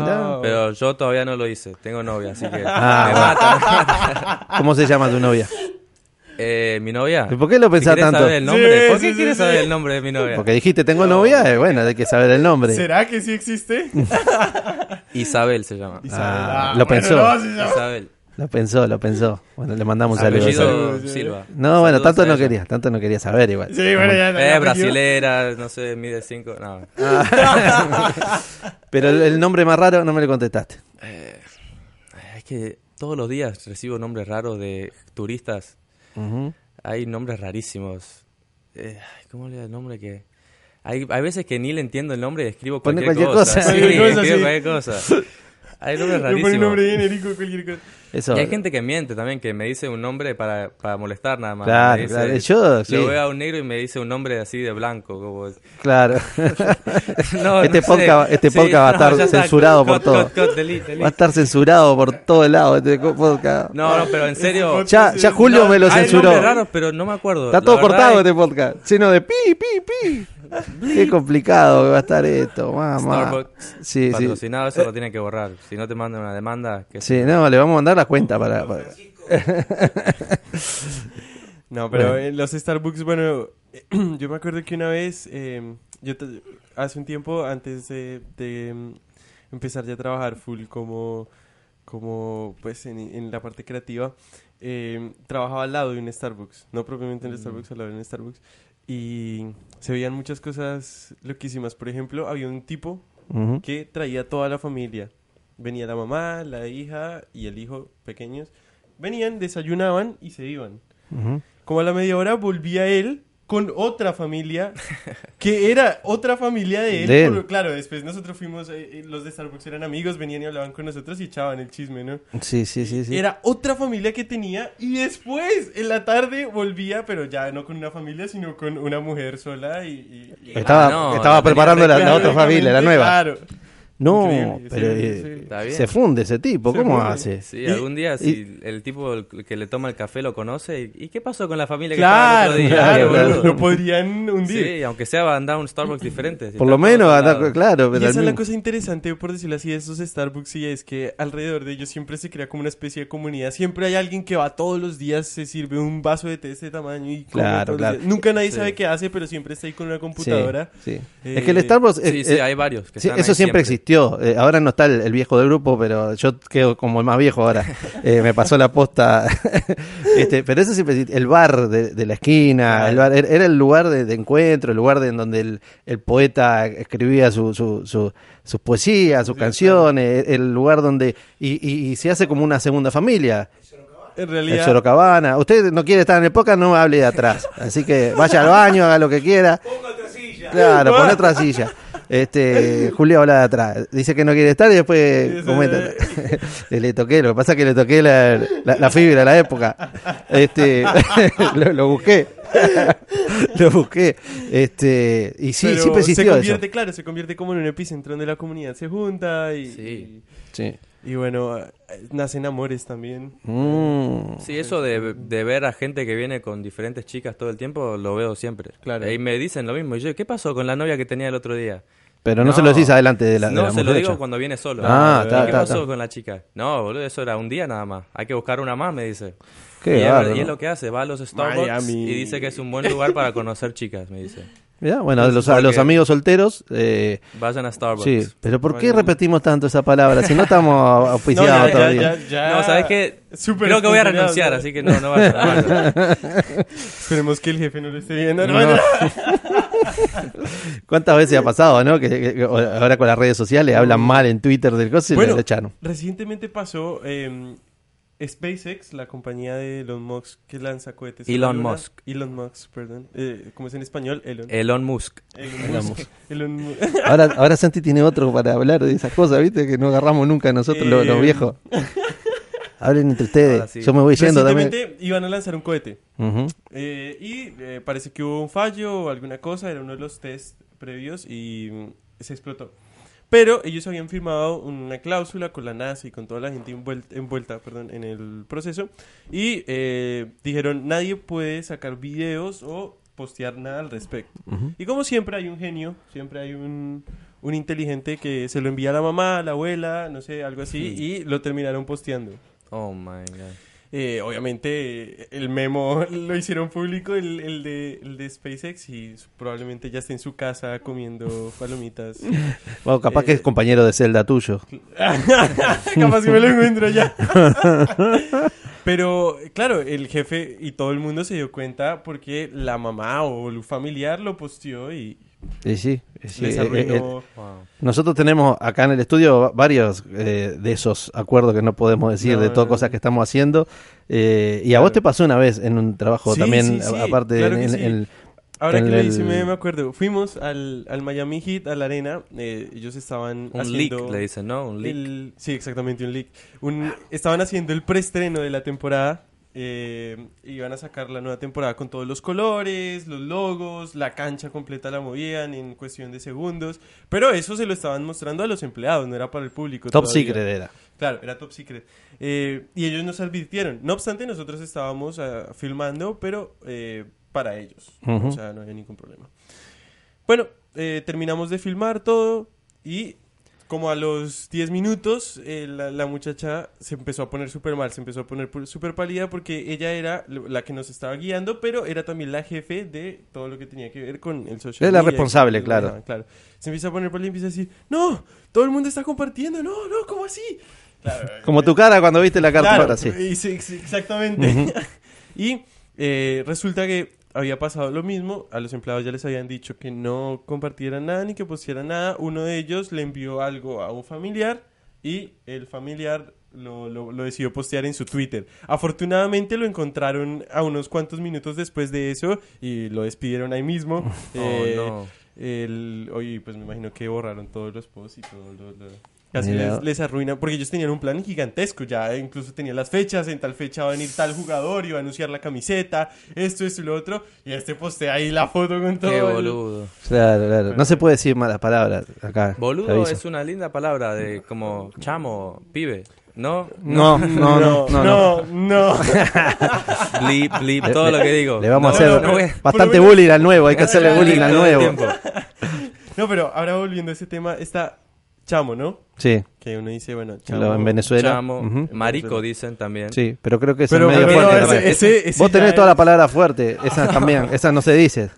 mirá.
Wow.
Pero yo todavía no lo hice, tengo novia, así que
Ah,
me
bueno.
mata, me mata.
¿Cómo se llama tu novia?
Eh, mi novia.
¿Y por qué lo
si
pensás
querés
tanto?
saber el nombre,
Sí,
¿Por qué
sí, sí,
quieres
sí.
saber el nombre de mi novia?
Porque dijiste tengo novia, eh, bueno, hay que saber el nombre.
¿Será que sí existe?
Ah, Isabel se llama.
Ah, lo pensó,
Isabel.
lo pensó, lo pensó. Bueno, le mandamos un saludo.
Apellido
Isabel.
Silva.
No, bueno,
Saludos
tanto
a
no
ella.
quería, tanto no quería saber igual.
Sí, bueno, ya. ya
Eh,
aprendió.
brasilera, no sé, mide 5. No.
Ah. Pero el, el nombre más raro no me lo contestaste.
Ay, Es que todos los días recibo nombres raros de turistas.
Ujú.
Hay nombres rarísimos. Eh, ay, ¿Cómo le da el nombre que.? Hay, hay veces que ni le entiendo el nombre y escribo
Pone
cualquier,
cualquier
cosa.
cosa.
Sí,
Cualquier cosa,
escribo
sí.
cualquier cosa. Hay
Le pone
nombres
un
rarísimos.
nombre genérico, cualquier cosa.
Eso.
Y hay gente que miente también, que me dice un nombre para, para molestar nada más.
Claro,
Me dice-
claro, yo, sí.
Lo veo a un negro y me dice un nombre así de blanco. Como...
Claro.
No,
Este
no sé.
podcast- este podcast va a estar
ya está.
censurado por
Cut,
todo.
cut, cut, delete, delete.
Va a estar censurado por todos lados este podcast.
No, no, pero en serio.
Ya, ya Julio
No,
me lo
hay
censuró.
nombres raros, pero no me acuerdo.
Está
La
todo
verdad
cortado
es-
este podcast, lleno de pi, pi, pi. Qué complicado que va a estar esto, mamá.
Starbucks
Sí, sí.
patrocinado, eso lo tienen que borrar. Si no te mandan una demanda, que
Sí, no, le vamos a mandar la cuenta para. para-
No, pero
Bueno.
en los Starbucks, bueno, yo me acuerdo que una vez, eh, yo te- hace un tiempo antes de, de, mm, empezar ya a trabajar full como, como pues en, en la parte creativa, eh, trabajaba al lado de un Starbucks, no propiamente
Mm.
en el Starbucks, al lado de un Starbucks, y se veían muchas cosas loquísimas. Por ejemplo, había un tipo
Ujú.
que traía toda la familia. Venía la mamá, la hija y el hijo pequeños. Venían, desayunaban y se iban.
Ujú.
Como a la media hora volvía él con otra familia que era otra familia de él.
De él.
pero claro, después nosotros fuimos, eh, eh, los de Starbucks eran amigos, venían y hablaban con nosotros y echaban el chisme, ¿no?
Sí, sí, sí. sí.
Era otra familia que tenía y después, en la tarde, volvía, pero ya no con una familia, sino con una mujer sola y... y- y-
Estaba,
Ah, no,
estaba
la tenía
preparando la, la
Claro,
otra familia, la
obviamente,
nueva.
Claro.
No,
Increíble,
pero
sí,
eh,
sí.
Está bien.
se funde ese tipo.
Se
¿Cómo
funde.
hace?
Sí,
Y-
algún día
y-
si el tipo el que le toma el café lo conoce. ¿Y, y qué pasó con la familia que estaba
Claro,
el otro día?
claro,
boludo?
lo- lo podrían hundir.
Sí, aunque sea andar a un Starbucks diferente. si
Por lo
está todo
menos,
lado.
andar- claro.
Y
pero al
esa es la
mismo-
cosa interesante, por decirlo así, de esos Starbucks, y es que alrededor de ellos siempre se crea como una especie de comunidad. Siempre hay alguien que va todos los días, se sirve un vaso de té de este tamaño y come
Claro,
todos los
claro.
días. Nunca nadie
Sí.
sabe qué hace, pero siempre está ahí con una
Sí,
computadora.
sí.
Eh,
es que el Starbucks. eh,
Sí, sí,
eh,
hay varios. que
sí,
están
eso
ahí
siempre, existió. Eh, ahora no está el, el viejo del grupo, pero yo quedo como el más viejo ahora. Eh, me pasó la posta. este, pero eso siempre existió. El bar de, de la esquina, el bar, era- era el lugar de, de encuentro, el lugar de, en donde el, el poeta escribía su, su, su- sus poesías, sus canciones, el lugar donde. Y, y- y se hace como una segunda familia.
En
El
realidad,
Sorocabana. Usted no quiere estar en el podcast, no hable de atrás. Así que vaya al baño, haga lo que quiera. Claro, pon otra silla. Este, Julio habla de atrás. Dice que no quiere estar y después
Sí,
comenta. le toqué, lo que pasa es que le toqué la, la, la fibra, la época. Este, lo, lo busqué. lo busqué. Este, y sí,
pero
siempre
se
existió eso.
convierte, claro, se convierte como en un epicentro donde la comunidad se junta y,
Sí.
Sí.
y, y bueno, eh, nacen amores también.
Mm.
Sí, eso de, de ver a gente que viene con diferentes chicas todo el tiempo, lo veo siempre.
Claro.
Y me dicen lo mismo. Y yo, ¿qué pasó con la novia que tenía el otro día?
Pero no, se lo decís adelante de la, de
No,
la
se lo digo
muchacha.
cuando viene solo.
Ah,
¿Y
está,
¿Qué
está,
pasó
está.
con la chica? No, boludo, eso era un día nada más. Hay que buscar una más, me dice.
Qué
y, es,
bárbaro.
y es lo que hace, va a los Starbucks
Miami.
y dice que es un buen lugar para conocer chicas, me dice.
Mirá, Bueno, a los, a los
Porque-
amigos solteros. Eh,
Vayan a Starbucks.
Sí, pero ¿por qué repetimos tanto esa palabra? Si no estamos auspiciados
ya,
todavía.
ya, ya.
No, ¿sabes qué?
Súper
Creo que voy a
espontaneado,
renunciar,
ya.
así que no, no vayan. no vayan.
Esperemos que el jefe no lo esté viendo. No,
No.
no.
¿Cuántas veces ha pasado, no? Que, que- que ahora con las redes sociales hablan mal en Twitter del coso y
Bueno,
lo echaron.
Recientemente pasó eh, SpaceX, la compañía de Elon Musk que lanza cohetes. a la
Elon
luna.
Musk. Eh,
Elon Musk, perdón. Eh, ¿Cómo es en español? Elon.
Elon Musk.
Elon Musk. Elon Mu-
Ahora, ahora Santi tiene otro para hablar de esas cosas, ¿viste? Que no agarramos nunca nosotros, los, los
Eh,
viejos. Hablen entre
Ahora
ustedes.
sí.
Yo me voy yendo también.
Recientemente iban a lanzar un cohete.
Ujú.
Eh, y eh, parece que hubo un fallo o alguna cosa, era uno de los test previos y mm, se explotó. Pero ellos habían firmado una cláusula con la NASA y con toda la gente envuel- envuelta, perdón, en el proceso y eh, dijeron nadie puede sacar videos o postear nada al respecto. Y como siempre hay un genio, siempre hay un, un inteligente que se lo envía a la mamá, a la abuela, no sé, algo así, y lo terminaron posteando.
Oh my god.
Eh, obviamente eh, el memo lo hicieron público, el, el de, el de SpaceX, y s- probablemente ya esté en su casa comiendo palomitas.
Bueno, capaz que es
Eh,
compañero de celda tuyo.
Capaz que me lo encuentro ya. Pero claro, el jefe y todo el mundo se dio cuenta porque la mamá o el familiar lo posteó y
Y sí, y sí,
les
eh, eh, eh,
arruinó.
Wow.
Nosotros tenemos acá en el estudio va- varios eh, de esos acuerdos que no podemos decir,
No,
de todas
no,
cosas
no.
que estamos haciendo. Eh, y a vos
Claro.
te pasó una vez en un trabajo
Sí,
también,
sí, sí,
a- aparte
claro
en,
que
en-
sí.
en-
Ahora
en
que lo
el-
hice, me, me acuerdo. Fuimos al, al Miami Heat, a la arena. eh, ellos estaban
Un
haciendo...
leak, le dicen, ¿no? Un leak.
El- sí, exactamente, un leak. Un, estaban haciendo el preestreno de la temporada. eh, iban a sacar la nueva temporada con todos los colores, los logos, la cancha completa la movían en cuestión de segundos. Pero eso se lo estaban mostrando a los empleados, no era para el público.
Top
todavía.
Secret era.
Claro, era top secret. Eh, y ellos nos advirtieron. No obstante, nosotros estábamos ah, filmando, pero eh, para ellos.
Ujú.
O sea, no había ningún problema. Bueno, eh, terminamos de filmar todo y como a los 10 minutos eh, la, la muchacha se empezó a poner súper mal, se empezó a poner pu- súper pálida porque ella era lo- la que nos estaba guiando, pero era también la jefe de todo lo que tenía que ver con el social
Era la
media.
responsable,
Ajá,
claro.
claro. Se empieza a poner pálida y empieza a decir, no, todo el mundo está compartiendo, no, no, ¿cómo así? Claro,
Como tu cara cuando viste la carta
Claro,
para sí.
y sí, sí, exactamente. y eh, resulta que había pasado lo mismo. A los empleados ya les habían dicho que no compartieran nada ni que pusieran nada. Uno de ellos le envió algo a un familiar y el familiar lo, lo- lo decidió postear en su Twitter. Afortunadamente lo encontraron a unos cuantos minutos después de eso y lo despidieron ahí mismo.
Oh,
Eh,
no.
El, oye, pues me imagino que borraron todos los posts y todo lo... lo- Casi
Mira.
les, les arruina, porque ellos tenían un plan gigantesco, ya incluso tenían las fechas, en tal fecha va a venir tal jugador y va a anunciar la camiseta, esto, esto y lo otro, y este postea ahí la foto con todo.
Qué
el-
boludo.
Claro, claro. No se puede decir malas palabras acá. te
Boludo
aviso.
es una linda palabra de como chamo, pibe. ¿No?
No, no, no, no. no.
no, no.
Blip, blip, todo lo que digo.
Le vamos
No,
a hacer
no, no voy a-
bastante
por lo menos-
bullying al nuevo, hay que hacerle
Blip
bullying al
todo el
nuevo.
tiempo.
No, pero ahora volviendo a ese tema, está Chamo, ¿no?
Sí,
Que uno dice, bueno,
lo- en
Chamo.
Venezuela.
Chamo,
Ujú.
marico dicen también.
Sí, pero creo que es
Pero-
el medio
pero
fuerte.
no,
también.
ese- ese- ese
Vos
ya
tenés
es-
toda la palabra fuerte, esas también, esas no se dicen.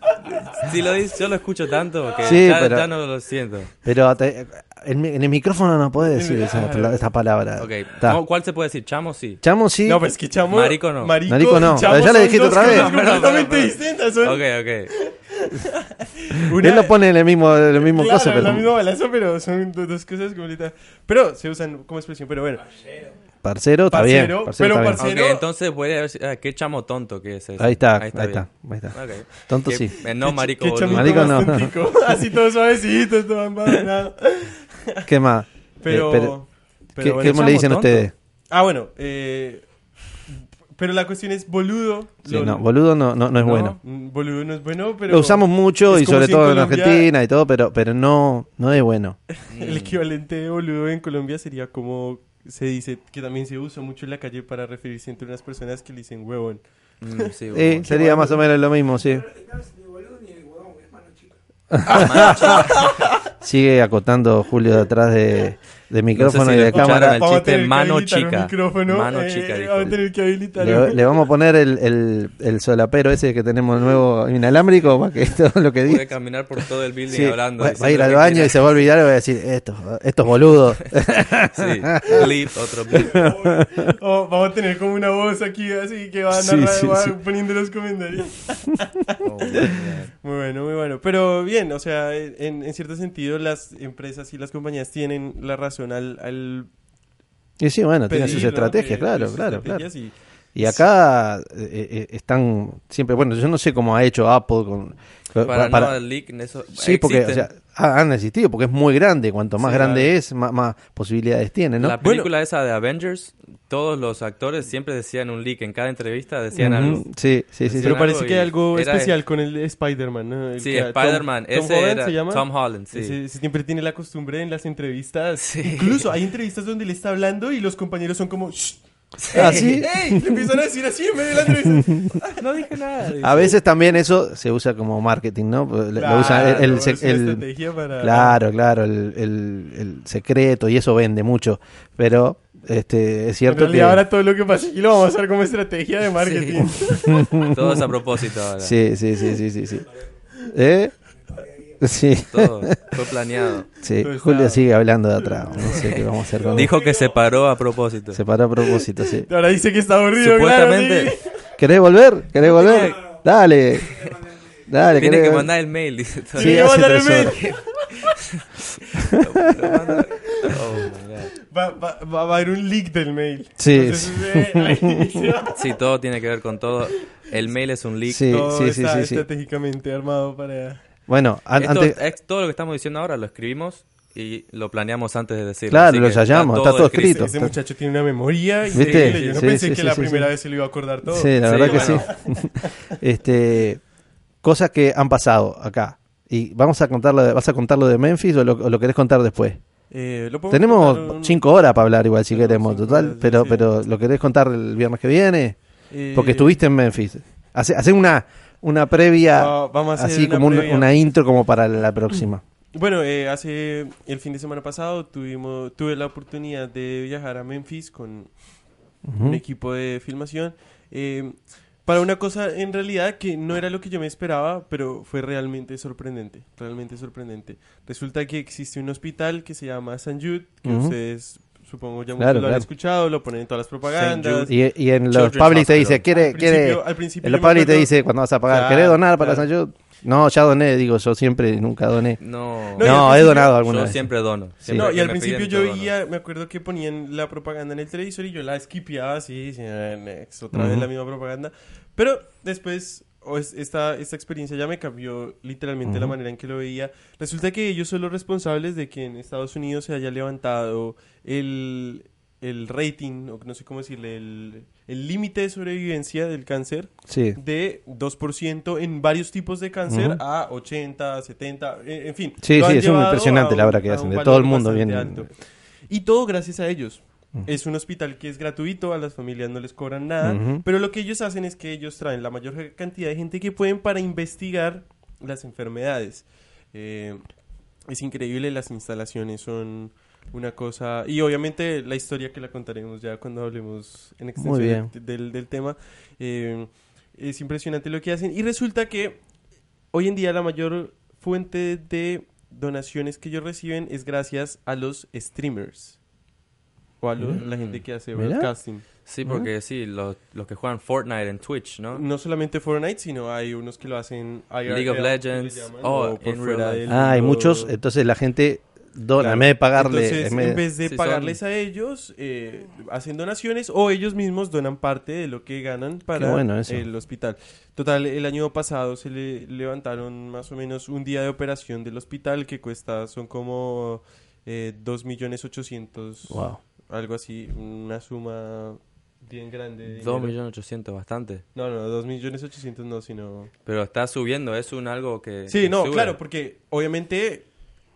Si lo dices, yo lo escucho tanto que
Sí,
ya,
pero-
ya no lo siento.
Pero te- en, mi- en el micrófono no podés decir esa, pala- esa palabra.
Ok,
Ta.
¿cómo- ¿cuál se puede decir? Chamo, sí.
Chamo sí.
No, pues que Chamo.
Marico no.
Marico,
Marico no.
y Chamo
Ya le
son
dijiste
dos
otra vez.
cosas completamente
Perdón,
distintas. Son
Ok, ok.
una-
Él lo pone en el mismo, en el mismo
claro,
coso, pero.
la misma balazo, pero son do- dos cosas completas. Pero se usan como expresión, pero bueno.
Ah,
Parcero, está bien.
Parcero,
Parcero,
pero
está bien.
Si
Ok,
no-
entonces voy a ver. ah, ¿Qué chamo tonto que es ese?
Ahí está, ahí está, ahí
bien.
está.
Ok.
Tonto
Que-
sí.
eh, no, marico,
Qué
boludo.
chamito
Marico
más
no.
tontico. Así todo suavecito, todo abandonado.
¿Qué más? Eh,
Pero.
pero-
pero
¿Qué,
bueno.
qué
Chamo
le dicen
tonto.
ustedes?
Ah, bueno. eh, pero la cuestión es boludo.
Sí,
lo-
no, boludo no, no, no es
No.
bueno.
Mm, Boludo no es bueno, pero.
Lo usamos mucho
es
y
como
sobre
si
todo en
Colombia-
Argentina y todo, pero, pero no, no es bueno.
El equivalente de boludo en Colombia sería como se dice, que también se usa mucho en la calle para referirse entre unas personas que le dicen huevón.
Mm, sí,
Eh,
boludo.
sería más o menos lo mismo, sí. Sigue acotando Julio de atrás de, de micrófono
No sé si
y
lo
de
escucharon
cámara.
al- chiste,
tener que
mano
habilitar un
chica.
micrófono,
Mano
eh,
chica, dijo.
Vamos a tener que habilitar
Le,
un-
le vamos a poner el, el, el solapero ese que tenemos el nuevo inalámbrico para que todo lo que
Pude
diga.
caminar por todo el building
Sí,
hablando.
va, va a ir
diciendo
al
lo que
baño y
quiera.
se va a olvidar y va a decir, estos, estos boludos.
Sí, blip, otro blip.
o Oh, vamos a tener como una voz aquí así que va, a
Sí,
narrar-
sí,
va
sí.
poniendo los comentarios.
Oh, man.
Muy bueno, muy bueno. Pero bien, o sea, en, en cierto sentido las empresas y las compañías tienen la razón al, al
Y sí, bueno, tiene
pedir,
sus
¿no?
estrategias,
Eh,
claro,
sus
claro, claro.
estrategias y-
Y acá eh, eh, están siempre, bueno, yo no sé cómo ha hecho Apple con... con-
Para,
para-
no leak, en eso.
sí, porque o
existen.
sea, ha- han existido, porque es muy grande, cuanto más
Sí,
grande
claro.
es, más, más posibilidades tiene, ¿no?
La
Bueno.
película esa de Avengers, todos los actores siempre decían un leak. En cada entrevista decían
Ujú,
algo.
Sí, sí, sí. sí.
Pero
Hicieron
parece
algo
que hay
y
algo
era-
especial con el Spider-Man, ¿no? El
Sí,
que- Tom-
Spider-Man.
Tom
Ese
Holland
era
se llama.
Tom Holland, sí.
Ese- ese siempre tiene la costumbre en las entrevistas.
Sí.
Incluso hay entrevistas donde le está hablando y los compañeros son como... "Shh".
Ah, ¿sí?
¡Ey! Le empiezan a decir así en medio de la entrevista.
No dije nada.
A veces también eso se usa como marketing, ¿no? Pues, Lo- lo usa el, el
Claro, este
sec-
es una
el-
estrategia para...
claro, claro, el, el- el secreto y eso vende mucho, pero este es
En
cierto que
realidad ahora todo lo que pasa aquí lo vamos a usar como estrategia de marketing.
Todo es a propósito ahora.
sí, sí, sí, sí, sí, sí. ¿Eh? Sí,
Todo fue planeado.
sí.
Todo está-
Julio sigue hablando de atrás, no sé qué vamos a hacer con
Dijo que se paró a propósito.
se paró a propósito, sí.
Ahora dice que está aburrido,
Supuestamente
claro. sí.
¿Querés volver? ¿Querés volver? Dale. Dale,
tiene
querés
que
vol-
mandar el mail. Dice todo.
Sí,
Tiene que
hace
mandar
tres
el mail.
horas.
Lo manda- Oh, my God.
Va, va- va- va a haber un leak del mail.
Sí,
Entonces, eh, ahí se va.
Sí, todo tiene que ver con todo. El mail es un leak.
Sí,
Todo
sí, sí,
está
sí, sí.
estratégicamente armado para...
Bueno, an-
Esto- eh,
antes
ex- todo lo que estamos diciendo ahora lo escribimos y lo planeamos antes de decirlo.
Claro,
así
lo
que
ensayamos, está todo escrito.
Ese muchacho tiene una memoria
¿Viste?
increíble. Yo no
Sí,
pensé
sí,
que
sí,
la
sí,
primera
sí.
vez se lo iba a acordar todo.
Sí, la
Sí,
verdad que sí. este, cosas que han pasado acá. Y vamos a contarlo, de- ¿vas a contarlo de Memphis o lo, o lo querés contar después?
Eh, ¿lo podemos
Tenemos
contar un-
cinco horas para hablar igual si
Tenemos
queremos,
cinco
total.
horas, sí,
pero,
sí.
pero lo querés contar el viernes que viene,
eh,
porque estuviste en Memphis. Hace, hace una, una previa,
Ah, vamos a hacer
así
una
como un-
previa.
una intro como para la próxima.
Bueno, eh, hace el fin de semana pasado tuvimos, tuve la oportunidad de viajar a Memphis con un equipo de filmación. eh, para una cosa en realidad que no era lo que yo me esperaba, pero fue realmente sorprendente, realmente sorprendente. Resulta que existe un hospital que se llama San Jude, que
Ujú.
ustedes supongo ya muchos
Claro,
lo han
claro.
escuchado, lo ponen en todas las propagandas.
Y, y en los
Children's
public te
Hospital.
dice,
Al
quiere, quiere,
principio- al principio
en
yo
los
me
public te
acuerdo-
dice cuando vas a pagar,
Claro,
¿querés donar para
claro.
San Jude? No, ya doné, digo, yo siempre nunca doné.
No,
No,
No,
y al
he
principio-
donado alguna
yo
vez.
siempre dono. Siempre
No,
que
y al
me
principio
piden,
yo
dono.
veía, me acuerdo que ponían la propaganda en el televisor y yo la esquipeaba así, decía, "Ah, next, otra vez la misma propaganda. Pero después o es- esta, esta experiencia ya me cambió literalmente la manera en que lo veía. Resulta que ellos son los responsables de que en Estados Unidos se haya levantado el, el rating, o no sé cómo decirle, el el límite de sobrevivencia del cáncer
Sí.
de 2% en varios tipos de cáncer
Ujú.
a 80, 70, en en fin.
Sí,
lo
sí,
han
es un
llevado
impresionante
a
la obra
un-
que
a
hacen,
un
de
valor
todo el mundo
bastante
vienen-
alto. Y todo gracias a ellos. Es un hospital que es gratuito, a las familias no les cobran nada,
Ujú.
pero lo que ellos hacen es que ellos traen la mayor cantidad de gente que pueden para investigar las enfermedades. Eh, es increíble, las instalaciones son una cosa... Y obviamente la historia que la contaremos ya cuando hablemos en extensión
bien.
de- del, del tema. Eh, es impresionante lo que hacen. Y resulta que hoy en día la mayor fuente de donaciones que ellos reciben es gracias a los streamers. O a lo- la gente que hace
Mm. Mira.
broadcasting.
Sí, porque sí, los, los que juegan Fortnite en Twitch, ¿no?
No solamente Fortnite, sino hay unos que lo hacen IRL,
League of
que le
Legends,
llaman,
oh,
o por
in
fuera
real life.
del
Ah, hay
mundo.
muchos, entonces la gente dona,
Claro.
en vez de pagarle...
Entonces,
en vez-
vez de
Sí, son-
pagarles a ellos, eh, hacen donaciones o ellos mismos donan parte de lo que ganan para
Qué bueno eso.
el hospital. Total, el año pasado se le levantaron más o menos un día de operación del hospital que cuesta, son como eh, 2.800.000,
Wow.
algo así, una suma bien grande. de
2
dinero.
millones 800, bastante.
No, no, 2.800.000 no, sino...
Pero está subiendo, es un algo que.
Sí,
que
no,
sube.
claro, porque obviamente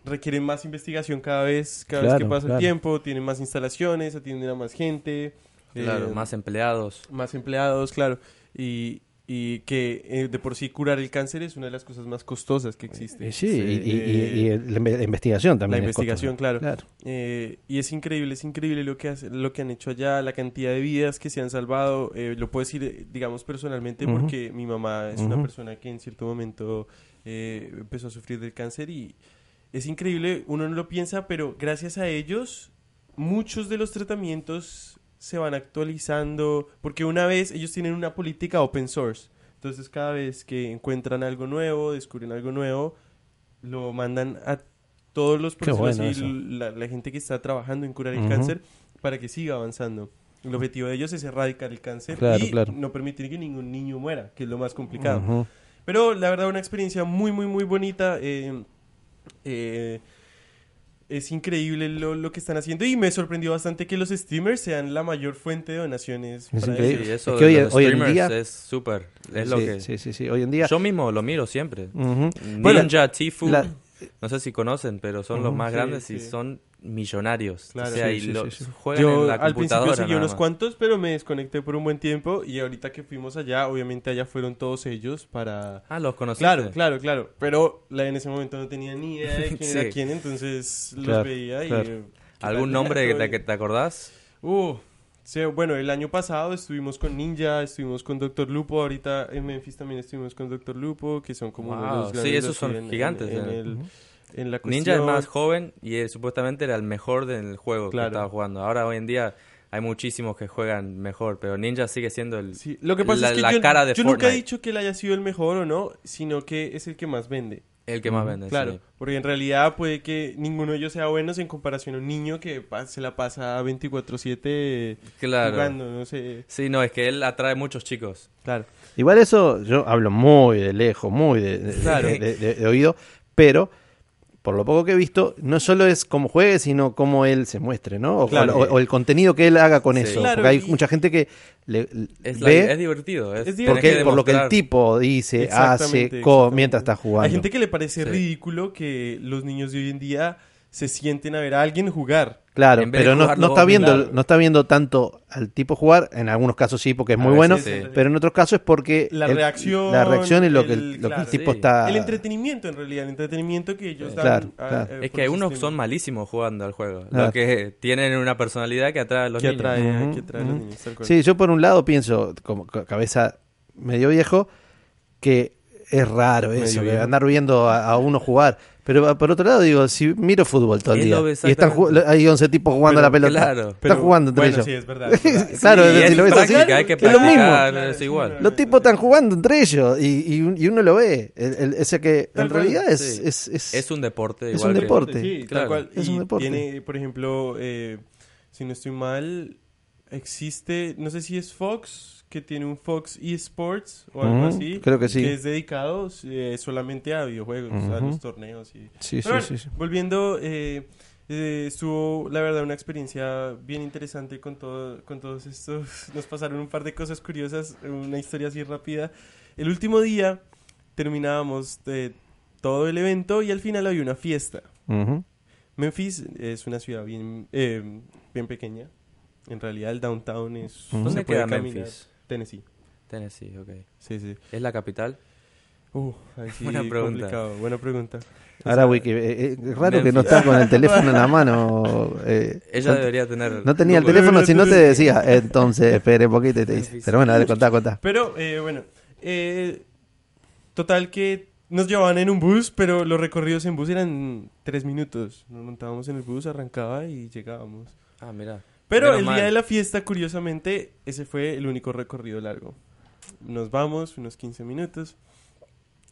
requieren más investigación cada vez, cada vez
Claro,
que pasa
claro.
el tiempo, tienen más instalaciones, atienden a más gente,
Claro,
eh,
más empleados.
más empleados, claro, y, y que eh, de por sí curar el cáncer es una de las cosas más costosas que existe.
Y sí, y, y-
Eh,
y- y la inve- investigación también.
la
es costosa.
investigación, claro. Eh, y es increíble, es increíble lo que, hace- lo que han hecho allá, la cantidad de vidas que se han salvado. Eh, lo puedo decir, eh, digamos, personalmente,
Ujú.
porque mi mamá es una
Ujú.
persona que en cierto momento eh, empezó a sufrir del cáncer y es increíble, uno no lo piensa, pero gracias a ellos, muchos de los tratamientos se van actualizando, porque una vez ellos tienen una política open source. Entonces, cada vez que encuentran algo nuevo, descubren algo nuevo, lo mandan a todos los
Qué
procesos
bueno
y
eso.
la, la gente que está trabajando en curar el
Ujú.
cáncer para que siga avanzando. El objetivo de ellos es erradicar el cáncer
Claro,
y
claro.
no permitir que ningún niño muera, que es lo más complicado.
Ujú.
Pero la verdad, una experiencia muy, muy, muy bonita. eh, eh, es increíble lo, lo que están haciendo y me sorprendió bastante que los streamers sean la mayor fuente de donaciones.
Es
para
Sí,
increíble.
ellos.
eso
Es que
de
hoy-
los
hoy en
streamers
día-
es súper. Es lo
Sí,
que.
sí, sí, sí, hoy en día...
Yo mismo lo miro siempre.
Ujú.
Bueno,
Ninja, Tifu.
la-
No sé si conocen, pero son los más
sí,
grandes y
sí.
son millonarios.
Claro.
o sea,
Sí,
y
sí,
lo-
sí, sí.
juegan
Yo
en la
al principio
computadora
seguí
nada
unos
más.
cuantos, pero me desconecté por un buen tiempo y ahorita que fuimos allá, obviamente allá fueron todos ellos para...
Ah, los conociste.
Claro, claro, claro. Pero la, en ese momento no tenía ni idea de quién
Sí.
era quién, entonces
Claro,
los veía y...
claro.
eh,
¿Algún
tal?
nombre de
Todo-
que te acordás?
Uh, sí, bueno, el año pasado estuvimos con Ninja, estuvimos con Doctor Lupo, ahorita en Memphis también estuvimos con Doctor Lupo, que son como uno de
Wow,
los
sí,
grandes
esos
así
son gigantes,
En,
eh.
el- en la cuestión.
Ninja es más joven y él supuestamente era el mejor del juego
Claro.
que estaba jugando. Ahora hoy en día hay muchísimos que juegan mejor, pero Ninja sigue siendo el
Sí, Lo que pasa
la,
es que
la
yo,
cara de
yo
Fortnite,
nunca he dicho que él haya sido el mejor o no, sino que es el que más vende.
el que más vende.
Claro,
sí.
porque en realidad puede que ninguno de ellos sea buenos en comparación a un niño que pa- se la pasa 24/7
Claro.
jugando, no sé.
Sí, no, es que él atrae muchos chicos.
Claro.
Igual eso, yo hablo muy de lejos, muy de, de-
Claro.
de- de- de oído, pero por lo poco que he visto, no solo es cómo juegue, sino cómo él se muestre, ¿no? O,
Claro.
o- o el contenido que él haga con
Sí.
eso.
Claro,
porque hay
y-
mucha gente que le, le-
Es, la-
ve
es divertido. Es,
Es
tenés
divertido.
porque, por lo que el
demostrar.
tipo dice, hace,
Exactamente,
ah, co-
exactamente.
mientras está jugando.
Hay gente que le parece
Sí.
ridículo que los niños de hoy en día se sienten a ver a alguien jugar.
Claro,
En vez de
pero no,
jugarlo
no está
vos,
viendo,
claro.
no está viendo tanto al tipo jugar, en algunos casos sí, porque es
A
muy
veces
bueno,
sí.
pero en otros casos es porque
La
el-
reacción,
la reacción y lo que el,
el-
lo que el
claro,
tipo
sí.
está...
El entretenimiento, en realidad, el entretenimiento que ellos dan.
Ah. Claro,
a-
claro.
eh,
Es
por
que
el
unos
sistema.
son malísimos jugando al juego.
Claro.
Los que tienen una personalidad que atrae a los
que
niños.
atrae,
Ujú,
que atrae a
ujú.
los niños. tal cual.
Sí, yo por un lado pienso, como ca- cabeza medio viejo, que es raro eso, que
viejo.
andar viendo a, a uno jugar. Pero ah, por otro lado, digo, si miro fútbol todo el
Es
día
lo
y
de
están ju-
exactamente.
hay 11 tipos jugando a la pelota,
claro,
están
Pero,
jugando entre
bueno,
ellos.
sí, es verdad. es verdad.
Claro,
Sí,
si
es
lo ves así,
práctica, hay que
es lo mismo.
practicar, es igual.
Los tipos están jugando entre ellos y, y un- y uno lo ve. El- el- ese que
Tal
en realidad
cual,
es,
sí.
es, es-
Es un deporte.
Es
igual
un
que-
deporte.
Sí, tal
Claro.
cual.
Es
y
un deporte.
tiene, por ejemplo, eh, si no estoy mal, existe, no sé si es Fox que tiene un Fox eSports o algo
Ujú,
así.
creo que sí.
es dedicado eh, solamente a videojuegos, a
Ujú.
los torneos y
Sí, sí,
Pero bueno,
sí, sí.
Volviendo, eh, eh, estuvo la verdad una experiencia bien interesante con, todo, con todos estos. Nos pasaron un par de cosas curiosas, una historia así rápida. El último día terminábamos eh, todo el evento y al final había una fiesta.
Ujú.
Memphis es una ciudad bien, eh, bien pequeña. En realidad el downtown es...
Ujú.
se
¿Dónde
puede
queda
caminar.
Memphis?
Tennessee.
Tennessee, ok.
Sí, sí.
¿Es la capital?
Uh, ahí sí,
Buena pregunta.
complicado. Buena pregunta.
Ahora, Wiki, eh, eh, es raro que no
Memphis.
estás con el teléfono en la mano. eh,
Ella
no-
debería tener...
No tenía el
No,
teléfono,
pero-
si no te decía. Entonces, espere un poquito y te dice.
Memphis.
Pero bueno, dale, contá, contá.
Pero eh, bueno, eh, total que nos llevaban en un bus, pero los recorridos en bus eran tres minutos. Nos montábamos en el bus, arrancaba y llegábamos.
Ah, mira.
Pero
Menos
el
mal.
día de la fiesta, curiosamente, ese fue el único recorrido largo. Nos vamos, unos 15 minutos.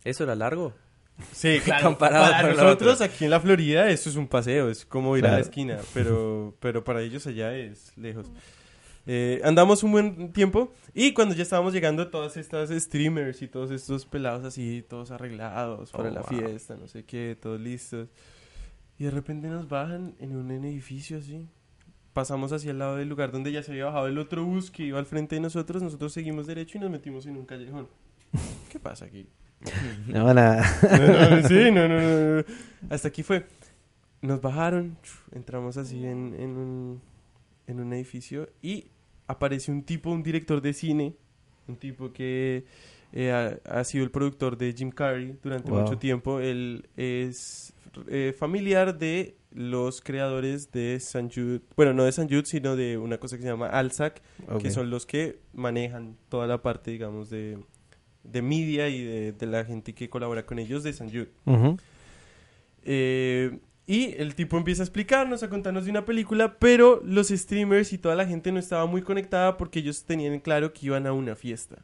¿Eso era largo?
Sí, claro.
Comparado
para
con lo
nosotros
otro.
aquí en la Florida eso es un paseo, es como ir a la
Claro.
esquina, pero, pero para ellos allá es lejos. Eh, andamos un buen tiempo y cuando ya estábamos llegando todas estas streamers y todos estos pelados así, todos arreglados para
Oh,
la
wow.
fiesta, no sé qué, todos listos. Y de repente nos bajan en un edificio así. Pasamos hacia el lado del lugar donde ya se había bajado el otro bus que iba al frente de nosotros, nosotros seguimos derecho y nos metimos en un callejón. ¿Qué pasa aquí?
Me van a.
No, no, sí, no, no, no, no. Hasta aquí fue. Nos bajaron, chu, entramos así en, en un, en un edificio y aparece un tipo, un director de cine, un tipo que eh, ha, ha sido el productor de Jim Carrey durante
Wow.
mucho tiempo. Él es eh, familiar de los creadores de San Jude, bueno, no de San Jude, sino de una cosa que se llama Alzac,
Ok.
que son los que manejan toda la parte, digamos, de, de media y de, de la gente que colabora con ellos de San Jude.
Ujú.
Eh, y el tipo empieza a explicarnos, a contarnos de una película, pero los streamers y toda la gente no estaba muy conectada porque ellos tenían claro que iban a una fiesta.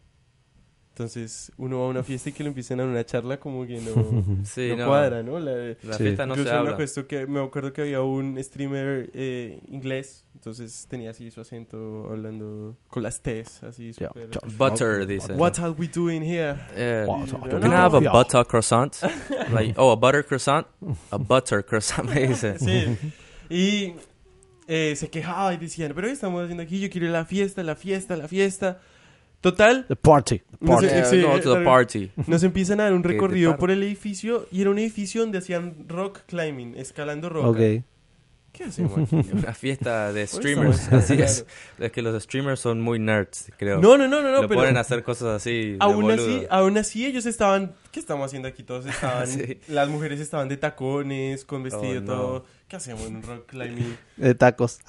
Entonces, uno va a una fiesta y que lo empiecen a una charla como que no,
Sí,
no
no.
cuadra, ¿no? La-
La
Mm. Sí.
fiesta no
Incluso
se
me
habla.
acuesto que, me acuerdo que había un streamer eh, inglés, entonces tenía así su acento hablando con las T's, así
Ya,
súper-
chao.
Butter, dice.
What are we doing here?
Eh,
Wow, so-
No,
Can I
no.
have a
Yeah.
butter croissant? like, oh, a butter croissant? A butter croissant, me dice.
Sí. Y eh, se quejaba y decían, pero ¿qué estamos haciendo aquí? Yo quiero ir a la fiesta, la fiesta, la fiesta. Total,
The party. the
No
party.
sé-
Yeah,
sí,
go to
eh,
a party.
nos empiezan a dar un
Que te
recorrido
paro.
por el edificio y era un edificio donde hacían rock climbing, escalando roca.
Ok.
¿Qué hacemos aquí?
Una fiesta de
¿Por qué
streamers,
estamos
así
acá?
es. Es que los streamers son muy nerds, creo.
No, no, no, no, no,
Lo
pero
ponen a hacer cosas así. de
aún
boludo.
así, aún así ellos estaban, ¿qué estamos haciendo aquí? Todos estaban,
Sí.
las mujeres estaban de tacones, con vestido,
no.
todo. ¿Qué hacemos en un rock climbing?
De Eh, tacos.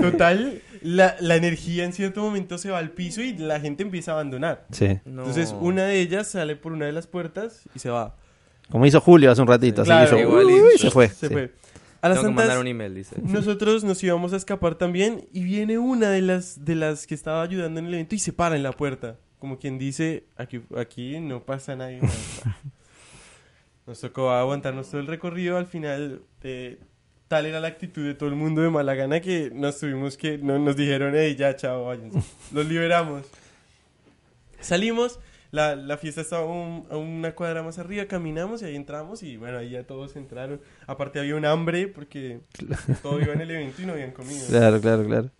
Total, la, la energía en cierto momento se va al piso y la gente empieza a abandonar.
Sí.
No.
Entonces una de ellas sale por una de las puertas y se va.
Como hizo Julio hace un ratito.
Claro,
así hizo,
igualito.
uy, se fue.
Se
sí.
fue. A
Tengo
las
que mandar
tantas,
un email, dice.
nosotros nos íbamos a escapar también y viene una de las, de las que estaba ayudando en el evento y se para en la puerta. Como quien dice, aquí, aquí no pasa nadie. más". Nos tocó aguantarnos todo el recorrido. Al final, eh, tal era la actitud de todo el mundo de mala gana que nos tuvimos que, no, nos dijeron, hey, ya, chao, váyanse. Los liberamos. Salimos, la, la fiesta estaba un- a una cuadra más arriba, caminamos y ahí entramos y bueno, ahí ya todos entraron. Aparte había un hambre porque todo iba en el evento y no habían comido.
Claro, claro, claro.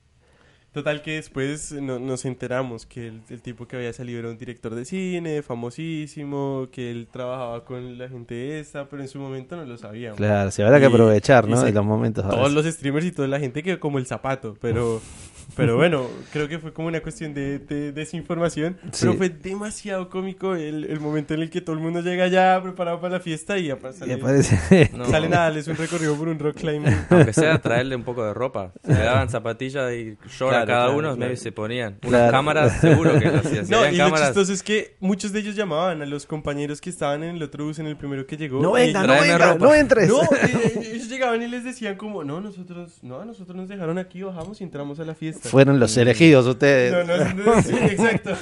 Total que después no- nos enteramos que el, el tipo que había salido era un director de cine, famosísimo, que él trabajaba con la gente esta, pero en su momento no lo sabíamos.
Claro, se habrá que
Y-
aprovechar,
y
¿no?
se-
De los momentos. a
Todos
veces.
los streamers y toda la gente que como el zapato, pero, pero bueno, creo que fue como una cuestión de, de desinformación. Pero
Sí.
fue demasiado cómico el, el momento en el que todo el mundo llega ya preparado para la fiesta y apa-
Y
sale,
aparece.
No.
sale nada, les un recorrido por un rock climbing.
Aunque sea traerle un poco de ropa. Se le daban zapatillas y
Claro,
short a cada
claro,
uno, medio
claro.
se ponían.
Claro.
Unas cámaras, seguro que lo hacían. Si
No,
habían
y lo
cámaras,
chistoso es que muchos de ellos llamaban a los compañeros que estaban en el otro bus, en el primero que llegó.
No
y
venga,
ellos-
no pues.
Tráeme
venga,
ropa.
no entres.
No, eh, eh, ellos llegaban y les decían como, no, nosotros, no, a nosotros nos dejaron aquí, bajamos y entramos a la fiesta.
Fueron los elegidos ustedes.
No, no, sí, exacto.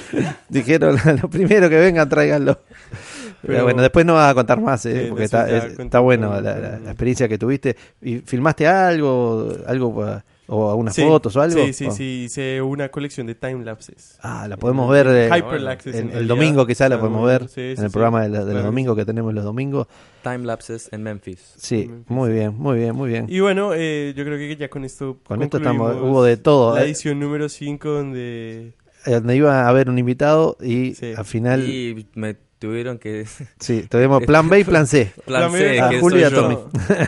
Dijeron, lo primero que vengan, tráiganlo. Pero
Pero-
bueno, después no vas a contar más, ¿eh?
Sí,
porque
eso
está,
ya
es-
cuento
está bueno
con-
la, la- la
con-
experiencia que tuviste. ¿Y filmaste algo? algo pa- o a unas
Sí,
fotos o algo. Oh.
Sí, sí,
¿O?
sí. Hice una colección de timelapses.
Ah, la podemos ver eh,
Hype,
Hyperlapses.
en-
en
el
realidad.
domingo quizá la
Ah,
podemos
bueno,
ver
sí,
en
sí,
el
sí.
programa de, la- de los
Claro.
domingos que tenemos los domingos.
Time lapses en Memphis.
Sí,
Memphis.
muy bien, muy bien, muy bien.
Y bueno, eh, yo creo que ya con esto.
Con esto estamos,
concluimos
hubo de todo.
La
eh,
edición número 5, donde.
eh, donde iba a haber un invitado y
Sí.
al final,
Y me tuvieron que
sí, tuvimos plan B y plan C.
plan C,
También-
a
que
Julio
soy
y a
yo.
Tommy.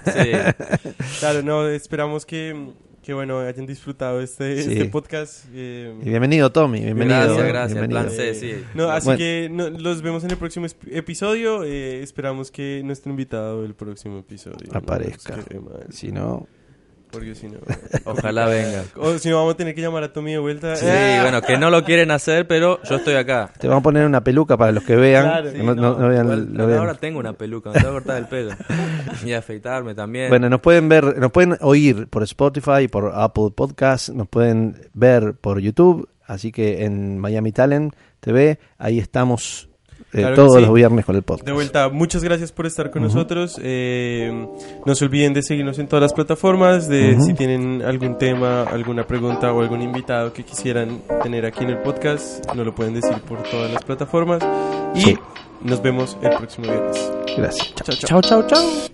Sí.
Claro, no, esperamos que, que bueno, hayan disfrutado este,
Sí.
este podcast. eh,
Y bienvenido Tommy, bienvenido.
Gracias,
eh,
gracias.
bienvenido.
Plan C, sí.
no, así
Bueno.
que no- los vemos en el próximo esp- episodio. eh, esperamos que nuestro invitado del próximo episodio ¿no? Pues
Aparezca.
Nos quede mal,
Si no,
porque si no.
Ojalá venga.
o Oh, si no, vamos a tener que llamar a Tommy de vuelta.
Sí,
¡Ah!
bueno, que no lo quieren hacer, pero yo estoy acá.
te vamos a poner una peluca para los que vean.
Claro,
que
sí,
no- no- no vean-
Igual,
lo vean.
Ahora tengo una peluca, me tengo que cortar el pelo. Y afeitarme también.
Bueno, nos pueden ver, nos pueden oír por Spotify, por Apple Podcast, nos pueden ver por YouTube, así que en Miami Talent TV, ahí estamos eh,
Claro que
todos
sí.
los viernes con el podcast.
De vuelta, muchas gracias por estar con nosotros. Eh, no se olviden de seguirnos en todas las plataformas, de
Ujú.
si tienen algún tema, alguna pregunta o algún invitado que quisieran tener aquí en el podcast, nos lo pueden decir por todas las plataformas. Y
Sí.
nos vemos el próximo viernes.
Gracias.
Chao, chao.
chao, chao.